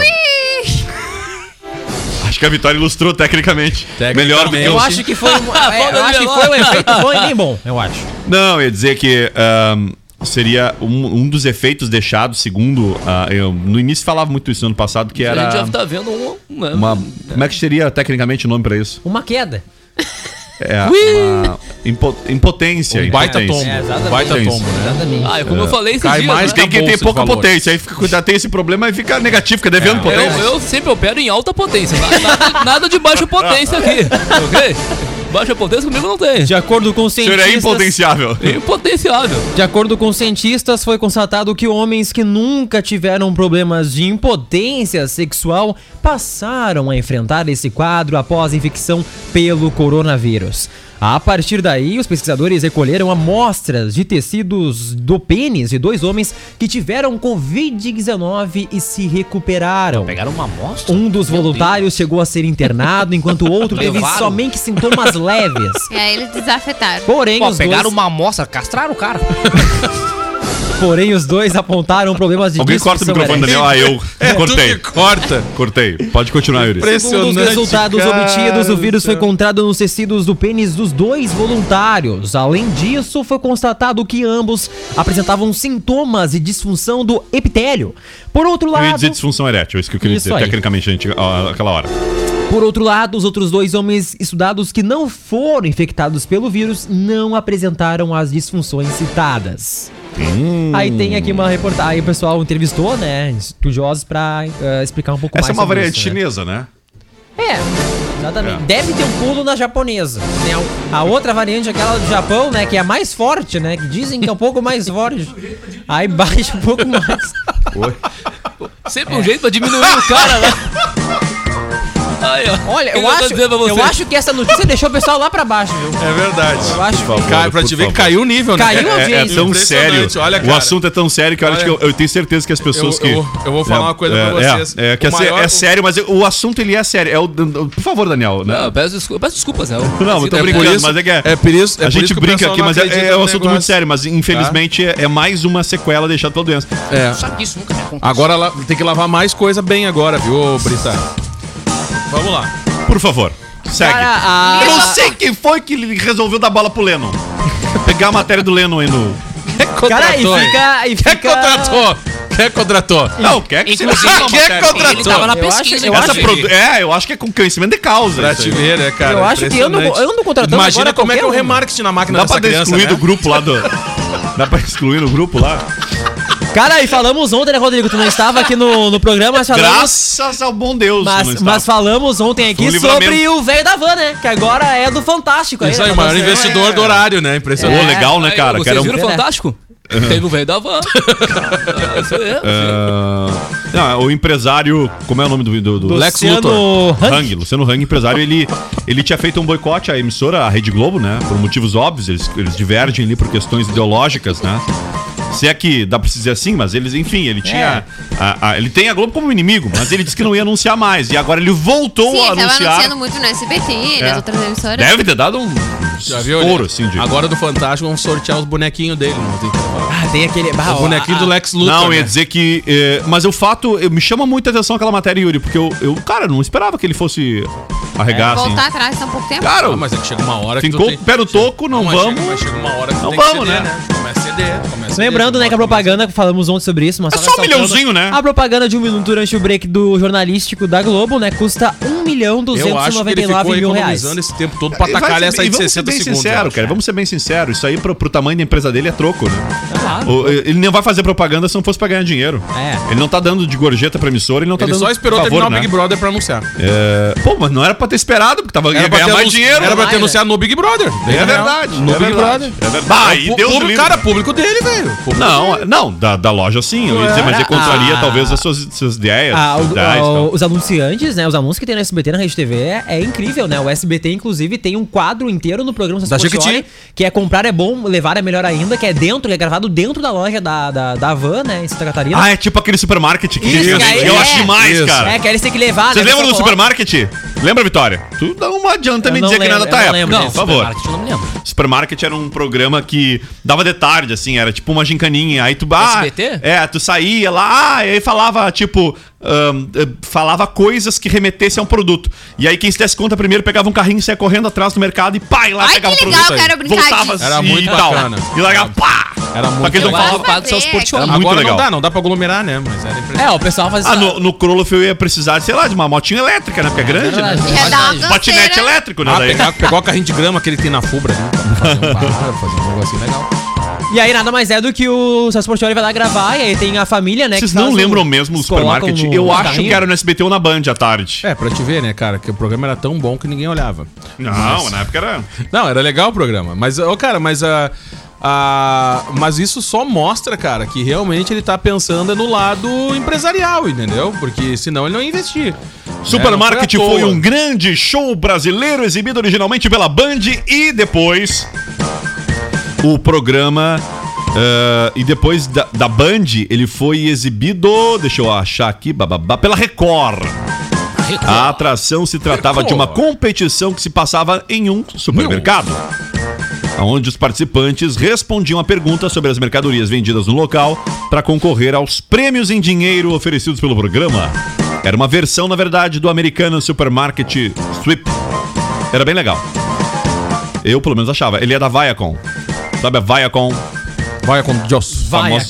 D: acho que a Vitória ilustrou tecnicamente. Melhor do que
F: Eu acho que foi um,
D: Ah,
F: é, eu acho que foi um efeito bom e nem bom, eu acho.
D: Não, eu ia dizer que ahm, seria um, um dos efeitos deixados, segundo. ah, eu, no início falava muito isso no ano passado, que
H: A gente
D: era.
H: já tá vendo um. uma-
D: Uma, como é que seria tecnicamente o nome pra isso?
F: Uma queda.
D: É,
H: Ui!
D: uma impo- impotência.
E: Um baita
D: impotência.
E: tombo. É, exatamente. Baita tombo, né?
F: Exatamente.
H: Ah, é como eu falei esses dias, né?
D: tem
H: Cai
D: que
H: bolsa
D: ter
H: de
D: pouca
H: valor.
D: potência. Aí fica, cuidado, tem esse problema e fica negativo, fica
E: É.
D: devendo potência.
H: Eu, eu sempre opero em alta potência. na- Nada, nada de baixa potência aqui. Ok? Baixa potência comigo não tem.
F: De acordo com
D: é
F: cientistas.
H: Impotenciável.
F: De acordo com cientistas, foi constatado que homens que nunca tiveram problemas de impotência sexual passaram a enfrentar esse quadro após a infecção pelo coronavírus. A partir daí, os pesquisadores recolheram amostras de tecidos do pênis de dois homens que tiveram Covid-19 e se recuperaram.
H: Pegaram uma amostra?
F: Um dos voluntários chegou a ser internado, enquanto o outro teve
H: Levaram?
F: somente sintomas leves.
G: E aí é, eles desafetaram.
F: Porém,
G: Pô,
F: os
G: pegaram
F: dois-
H: uma amostra, castraram o cara.
F: Porém, os dois apontaram problemas de
D: Alguém corta o
F: disfunção
D: microfone,
F: erétil.
D: Daniel. Ah, eu
F: É,
D: cortei.
F: tu
D: Corta. Cortei. Pode continuar, Yuri.
H: é
F: Segundo os resultados obtidos, o vírus foi encontrado nos tecidos do pênis dos dois voluntários. Além disso, foi constatado que ambos apresentavam sintomas de disfunção do epitélio. Por outro
D: Eu ia
F: lado,
D: dizer disfunção erétil, é isso que eu queria
F: Isso
D: dizer.
F: aí.
D: Tecnicamente, gente, ó, aquela hora.
F: Por outro lado, os outros dois homens estudados que não foram infectados pelo vírus não apresentaram as disfunções citadas.
D: Hum.
F: Aí tem aqui uma reportagem, aí o pessoal entrevistou, né, estudiosos pra eh, explicar um pouco
D: Essa é
F: mais
D: uma
F: sobre
D: variante
F: isso, né?
D: chinesa, né?
F: Exatamente. Deve ter um pulo na japonesa. Tem a, a outra variante, aquela do Japão, né? Que é a mais forte, né? Que dizem que é um pouco mais forte. Aí baixa um pouco mais.
H: Sempre um jeito pra diminuir o cara, né? Aí, ó.
F: Olha,
H: Que
F: eu
H: que tô
F: acho,
H: dizendo pra você?
F: eu acho que essa notícia deixou o pessoal lá pra baixo, viu?
D: É verdade.
F: Eu acho que
D: Cai, pra te ver que caiu o nível,
F: né?
D: é, é,
F: Caiu a
D: é
F: audiência.
D: tão
E: um Impressionante,
D: sério.
E: olha,
D: o
E: cara.
D: assunto é tão sério que, olha,
E: Olha,
D: que eu, eu tenho certeza que as pessoas
E: eu-
D: que.
E: eu- eu vou falar
D: É,
E: uma coisa
D: é,
E: pra vocês.
D: É, é, que
E: O
D: é sé-
E: maior-
D: é sério, mas eu- o assunto ele é sério. É o, por favor, Daniel. né?
H: Não, eu peço, desculpa, eu peço desculpas, né? Eu-
D: Não, eu tô
H: é por
D: brincando,
H: isso-
D: mas é que é.
E: é por isso- é
D: a
E: por
D: gente
E: isso que o
D: brinca
E: pessoal
D: aqui,
E: não
D: mas é,
E: acredita
D: é um
E: no
D: assunto muito
E: negócio.
D: sério. Mas infelizmente é, é mais uma sequela deixada pela doença.
E: É.
H: Só que isso nunca me aconteceu.
E: Agora la- tem que lavar mais coisa bem agora, viu, ô, Brita? Vamos lá.
D: Por favor, segue.
F: Cara, a-
D: Eu não sei quem foi que ele resolveu dar bola pro Lennon. Pegar a matéria do Lennon aí no.
F: Cara, e
E: Contratou, hein?
F: fica. E
E: Quem é que
F: fica...
E: contratou? Quem é que contratou?
D: Não, quer que
H: Inclusive,
D: seja uma
E: quem é que
D: matéria.
E: contratou?
H: Ele tava na
F: Eu acho-
H: pesquisa,
F: eu
D: Essa
H: inclusive.
D: produ- É, eu acho que é com conhecimento de causa.
E: Pra
D: isso
E: te
D: aí.
E: ver, né, cara?
F: Eu acho que eu ando-
E: Impressionante.
F: eu ando contratando
E: Imagina
F: agora
E: como é que é o
F: qualquer um.
E: remarketing na máquina
D: Dá pra
E: dessa
D: dar
E: criança,
D: excluir
E: né?
D: do grupo lá do. Dá pra excluir no grupo lá?
F: Cara, e falamos ontem, né, Rodrigo? Tu não estava aqui no, no programa, mas falamos.
D: Graças ao bom Deus. não
F: Mas,
D: está.
F: mas falamos ontem
D: Foi um
F: aqui
D: livramento.
F: sobre o velho da van, né? Que agora é do Fantástico.
E: Isso aí, o
F: né?
E: maior
F: Tá certo.
E: investidor do horário, né?
D: Pô,
E: Impressionante.
D: legal, né,
H: Aí,
D: cara?
H: Vocês
D: Cara, é um-
H: viram o
F: Verdade.
H: Fantástico? Teve o velho da van. Ah, isso aí, isso aí.
D: Ah, não, o empresário. Como é o nome do. do, do-
E: Lex
F: Luciano
E: Luthor.
F: Hang.
D: Hang, Luciano Hang, empresário, ele, ele tinha feito um boicote à emissora, à Rede Globo, né? Por motivos óbvios, eles, eles divergem ali por questões ideológicas, né? Se é que dá pra se dizer assim, mas eles, enfim, ele tinha.
F: É.
D: a- a- ele tem a Globo como inimigo, mas ele disse que não ia anunciar mais. E agora ele voltou
G: Sim,
D: a
G: ele tava
D: anunciar.
G: anunciando muito no SBT,
E: É.
G: nas né, outras emissoras.
D: Deve ter dado um
E: Já viu?
D: estouro, assim, de.
E: Agora do Fantástico vamos sortear os bonequinhos dele. não tem que falar.
F: Ah, tem aquele. Bah, ah,
E: O bonequinho do Lex Luthor.
D: Não, eu ia
E: né?
D: dizer que. eh, mas o fato. eu- me chama muita atenção aquela matéria, Yuri, porque eu, eu, cara, não esperava que ele fosse arregar, assim.
G: Voltar atrás tá um pouco tempo.
D: Cara,
E: Ah, mas é que chega uma hora que.
D: ficou
E: tu
D: com o pé no toco, não
E: mas
D: vamos.
E: Chega, mas chega uma hora que tu
D: Não
E: tem que
D: vamos,
E: ceder,
D: né?
E: Começa a ceder. Começa a ceder,
F: Lembrando, né, que
E: começa-
F: a propaganda, que falamos ontem sobre isso, mas
D: É só um
F: ressaltando,
D: milhãozinho, né?
F: A propaganda de um minuto durante o break do jornalístico da Globo, né, custa 1 milhão
E: Eu acho que ele ficou
F: 299 mil reais.
E: economizando esse tempo todo pra
D: E vai
E: atacar
D: ser-
E: essa aí
D: e
E: de
D: vamos ser
E: 60
D: bem
E: segundos. eu
D: Sincero,
E: acho.
D: cara, vamos ser bem sinceros. Isso aí pro, pro tamanho da empresa dele é troco, né?
F: Claro.
D: O- ele não vai fazer propaganda se não fosse pra ganhar dinheiro.
F: É.
D: Ele não tá dando de gorjeta pra emissora, ele não tá
E: Ele
D: dando.
E: só esperou
D: favor,
E: terminar
D: né?
E: o Big Brother pra anunciar.
D: É, Pô, mas não era pra ter esperado, porque tava, ia ganhar mais
E: anunci-
D: dinheiro.
E: Era pra ter
F: Vai,
E: anunciado no Big Brother.
D: É verdade.
E: No
D: é
E: Big
D: verdade.
E: Brother.
D: É verdade. Ah, e
E: Pú-
D: Deus o
E: público,
D: livre.
E: cara, público dele, velho. Público dele.
D: Não, não, da, da loja sim, eu ia dizer, mas ele contraria
F: é. Ah.
D: talvez as suas, suas ideias.
F: Ah, o-
D: suas ideias e
F: o-
D: tal.
F: os anunciantes, né? Os anúncios que tem no SBT na Rede TV é, é incrível, né? O SBT, inclusive, tem um quadro inteiro no programa
E: Da
F: Sassi Porcioli,
E: Jequiti.
F: que é comprar é bom, levar é melhor ainda, que é dentro, que é gravado dentro da loja da, da, da van, né? Em Santa Catarina.
D: Ah, é tipo aquele supermarket que
F: Isso,
D: tinha,
F: que aí
D: eu
F: é.
D: acho demais,
E: Isso.
D: cara.
F: É, que aí eles têm que levar,
D: Vocês
F: né,
D: lembram
F: só
D: do
F: coloca-
D: supermarket? Lembra, Vitória? Tu não adianta
F: Eu
D: me
F: não
D: dizer que
F: lembro,
D: nada tá
F: eu não
D: época.
F: lembro
D: Não, por
F: desse
D: favor.
H: Supermarket, eu não me lembro.
D: Supermarket era um programa que dava de tarde, assim, era tipo uma gincaninha. Aí tu. Ah,
H: SBT?
D: É, tu saía lá, ah, e aí falava, tipo. ahn, eh, falava coisas que remetessem a um produto. E aí quem se desse conta primeiro pegava um carrinho, saia correndo atrás do mercado e pá, e lá
G: Ai,
D: pegava
G: que
D: o
G: legal,
D: produto. aí.
G: quero brincar
D: Voltava
G: disso.
D: assim
E: Era muito
D: e tal.
E: bacana.
D: E largava, pá!
E: Era
D: Só
E: muito
D: que eles não
G: legal.
D: falavam.
G: fazer,
D: Era
G: cara.
D: muito
E: Agora
D: legal.
E: não dá, não dá pra aglomerar, né? Mas era impressionante.
F: É, o pessoal faz
D: Ah, no, no Kroloff eu ia precisar, sei lá, de uma motinha elétrica, né? Porque é grande, né?
F: verdade.
G: Ia dar uma
D: Patinete
G: canseira.
D: elétrico, né?
E: Ah,
D: daí?
E: pegar, pegar o carrinho de grama que ele tem na fubra, né? Pra fazer um barulho, fazer um negocinho legal.
F: E aí nada mais é do que o Celso Portioli vai lá gravar e aí tem a família, né?
D: Vocês
F: que
D: não
F: faz
D: lembram
F: o-
D: mesmo do
F: colocam
D: supermarket?
F: o-
D: Eu
F: o
D: acho
F: carrinho.
D: que era no SBT ou na Band à tarde.
E: É, pra te ver, né, cara, que o programa era tão bom que ninguém olhava.
D: Não, né? na época era.
E: Não, era legal o programa. Mas, ô, cara, mas a. a- mas isso só mostra, cara, que realmente ele tá pensando no lado empresarial, entendeu? Porque senão ele não ia investir.
D: Supermarket
E: É, não à
D: foi
E: toa.
D: um grande show brasileiro exibido originalmente pela Band e depois o programa. eh, e depois da, da Band, ele foi exibido. Deixa eu achar aqui, bababá, pela Record. A atração se tratava de uma competição que se passava em um supermercado. Onde os participantes respondiam a pergunta sobre as mercadorias vendidas no local para concorrer aos prêmios em dinheiro oferecidos pelo programa. Era uma versão, na verdade, do americano Supermarket Sweep. Era bem legal. Eu, pelo menos, achava. Ele é da Viacom. Sabe a Viacom?
E: Vai com Deus.
D: famosa?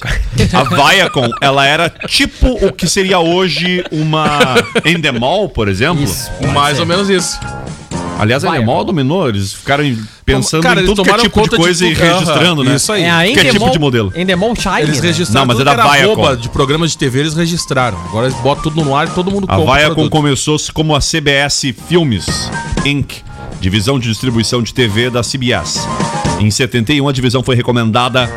D: A Viacom, ela era tipo o que seria hoje uma Endemol, por exemplo.
F: Isso.
E: Mais ou menos isso.
D: Aliás, a
F: Viacom.
D: Endemol dominou, eles ficaram em- Pensando
E: Cara,
D: em
E: eles
D: tudo que é
E: tomaram
D: tipo de
E: conta de
D: coisa e
E: tudo. Aham,
D: registrando, né?
E: isso aí.
F: É a
D: Que é tipo
F: Endemol-
D: de modelo.
F: Endemol Shine.
E: Eles
F: né?
E: registraram
D: Não, mas
E: tudo
D: é da
E: que era
D: Viacom.
E: arroba de programa de TV, eles registraram. Agora eles botam tudo no ar e todo mundo
D: A
E: o
D: Viacom
E: produto.
D: começou como a CBS Filmes Inc., divisão de distribuição de TV da CBS. Em 71, a divisão foi recomendada,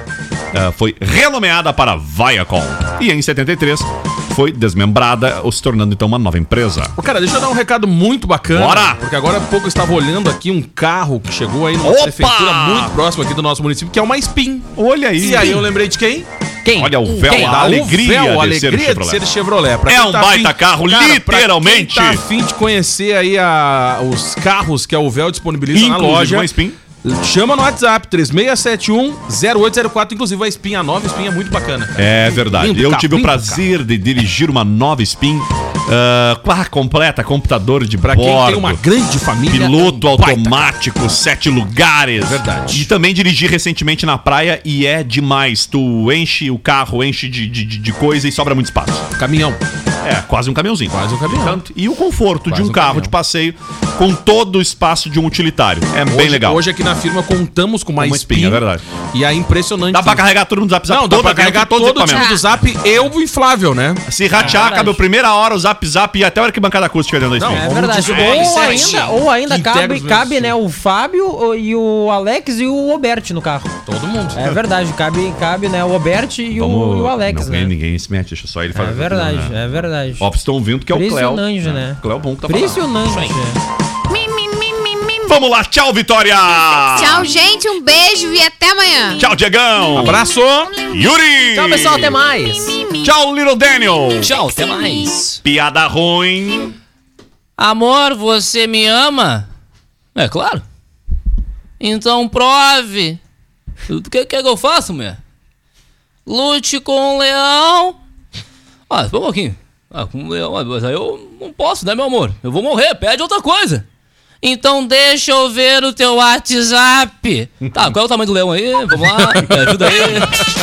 D: ah, foi renomeada para Viacom. E em 73, foi desmembrada, ou se tornando então uma nova empresa.
E: Ô, Cara, deixa eu dar um recado muito bacana.
D: Bora!
E: Porque agora há pouco eu estava olhando aqui um carro que chegou aí numa
D: Opa!
E: prefeitura muito próxima aqui do nosso município, que é uma Spin.
D: Olha aí.
E: E aí eu lembrei de quem?
F: Quem? Hum,
D: Olha o véu,
F: Quem?
D: a É alegria,
E: o véu, a
D: de ser o
E: alegria de
D: Chevrolet.
E: ser Chevrolet. Pra
D: É
E: quem tá
D: um baita carro,
E: pra
D: literalmente.
E: Quem tá afim de conhecer aí a- os carros que a Uvel disponibiliza na
D: Inclusive
E: loja.
D: uma Spin.
E: Chama no WhatsApp, 3671-0804. Inclusive, a Spin, a nova Spin é muito bacana. cara.
D: É verdade.
E: Lindo
D: eu
E: carro,
D: tive o
E: lindo
D: prazer de dirigir uma nova Spin ah, com a completa, computador de
E: Pra
D: bordo.
E: quem tem uma grande família.
D: Piloto
E: é um baita É
D: automático, sete lugares.
E: Verdade.
D: E também dirigi recentemente na praia e é demais. Tu enche o carro, enche de, de, de- de coisa e sobra muito espaço.
E: Caminhão.
D: É, quase um caminhãozinho.
E: Quase um caminhão.
D: Tanto- e o conforto
E: Quase
D: de um,
E: um
D: carro
E: caminhão.
D: de passeio com todo o espaço de um utilitário. É bem
E: Hoje-
D: legal.
E: Hoje aqui na firma contamos com uma,
D: Uma Spin,
E: Spin.
D: é verdade.
E: E é impressionante.
D: Dá pra carregar tudo no zap zap
E: Não, dá
D: todo,
E: pra
D: aquele
E: carregar
D: que todos
E: todo
D: os
E: o time
D: equipamentos.
E: do Zap, eu o inflável, né?
D: Se ratear, cabe a primeira hora o zap zap e até o arquibancada acústica dentro da
E: Não,
D: Spin.
F: É verdade.
E: Vamos dizer,
F: Ou
E: é,
F: ainda,
E: sim.
F: ou ainda
E: Que integra
F: cabe,
E: os meus
F: cabe né, o Fábio o- e o Alex e o Obert no carro.
E: Todo mundo.
F: É verdade, cabe, cabe né, o Obert e, o, e o Alex,
D: não,
F: né?
D: Ninguém se mete, deixa só ele
F: É
D: fazer.
F: verdade,
D: Não, não.
F: é verdade.
D: Ó, vocês estão ouvindo que é o Cléo.
F: Impressionante, né?
D: Cléo Bom que tá falando.
F: Impressionante.
D: Vamos lá, tchau, Vitória!
E: Ah.
G: Tchau, gente. Um beijo e até amanhã.
D: Tchau, Diegão!
E: Abraço!
D: Yuri!
F: Tchau, pessoal, até mais.
D: Tchau, Little Daniel!
H: Tchau, até mais.
D: Piada ruim.
H: Amor, você me ama? É claro. Então prove. O que, que é que eu faço, mulher? Lute com um leão. Ah, espera um pouquinho. Ah, com um leão, ah, mas aí eu não posso, né, meu amor? Eu vou morrer, pede outra coisa. Então deixa eu ver o teu WhatsApp. Tá, qual é o tamanho do leão aí? Vamos lá, me ajuda aí.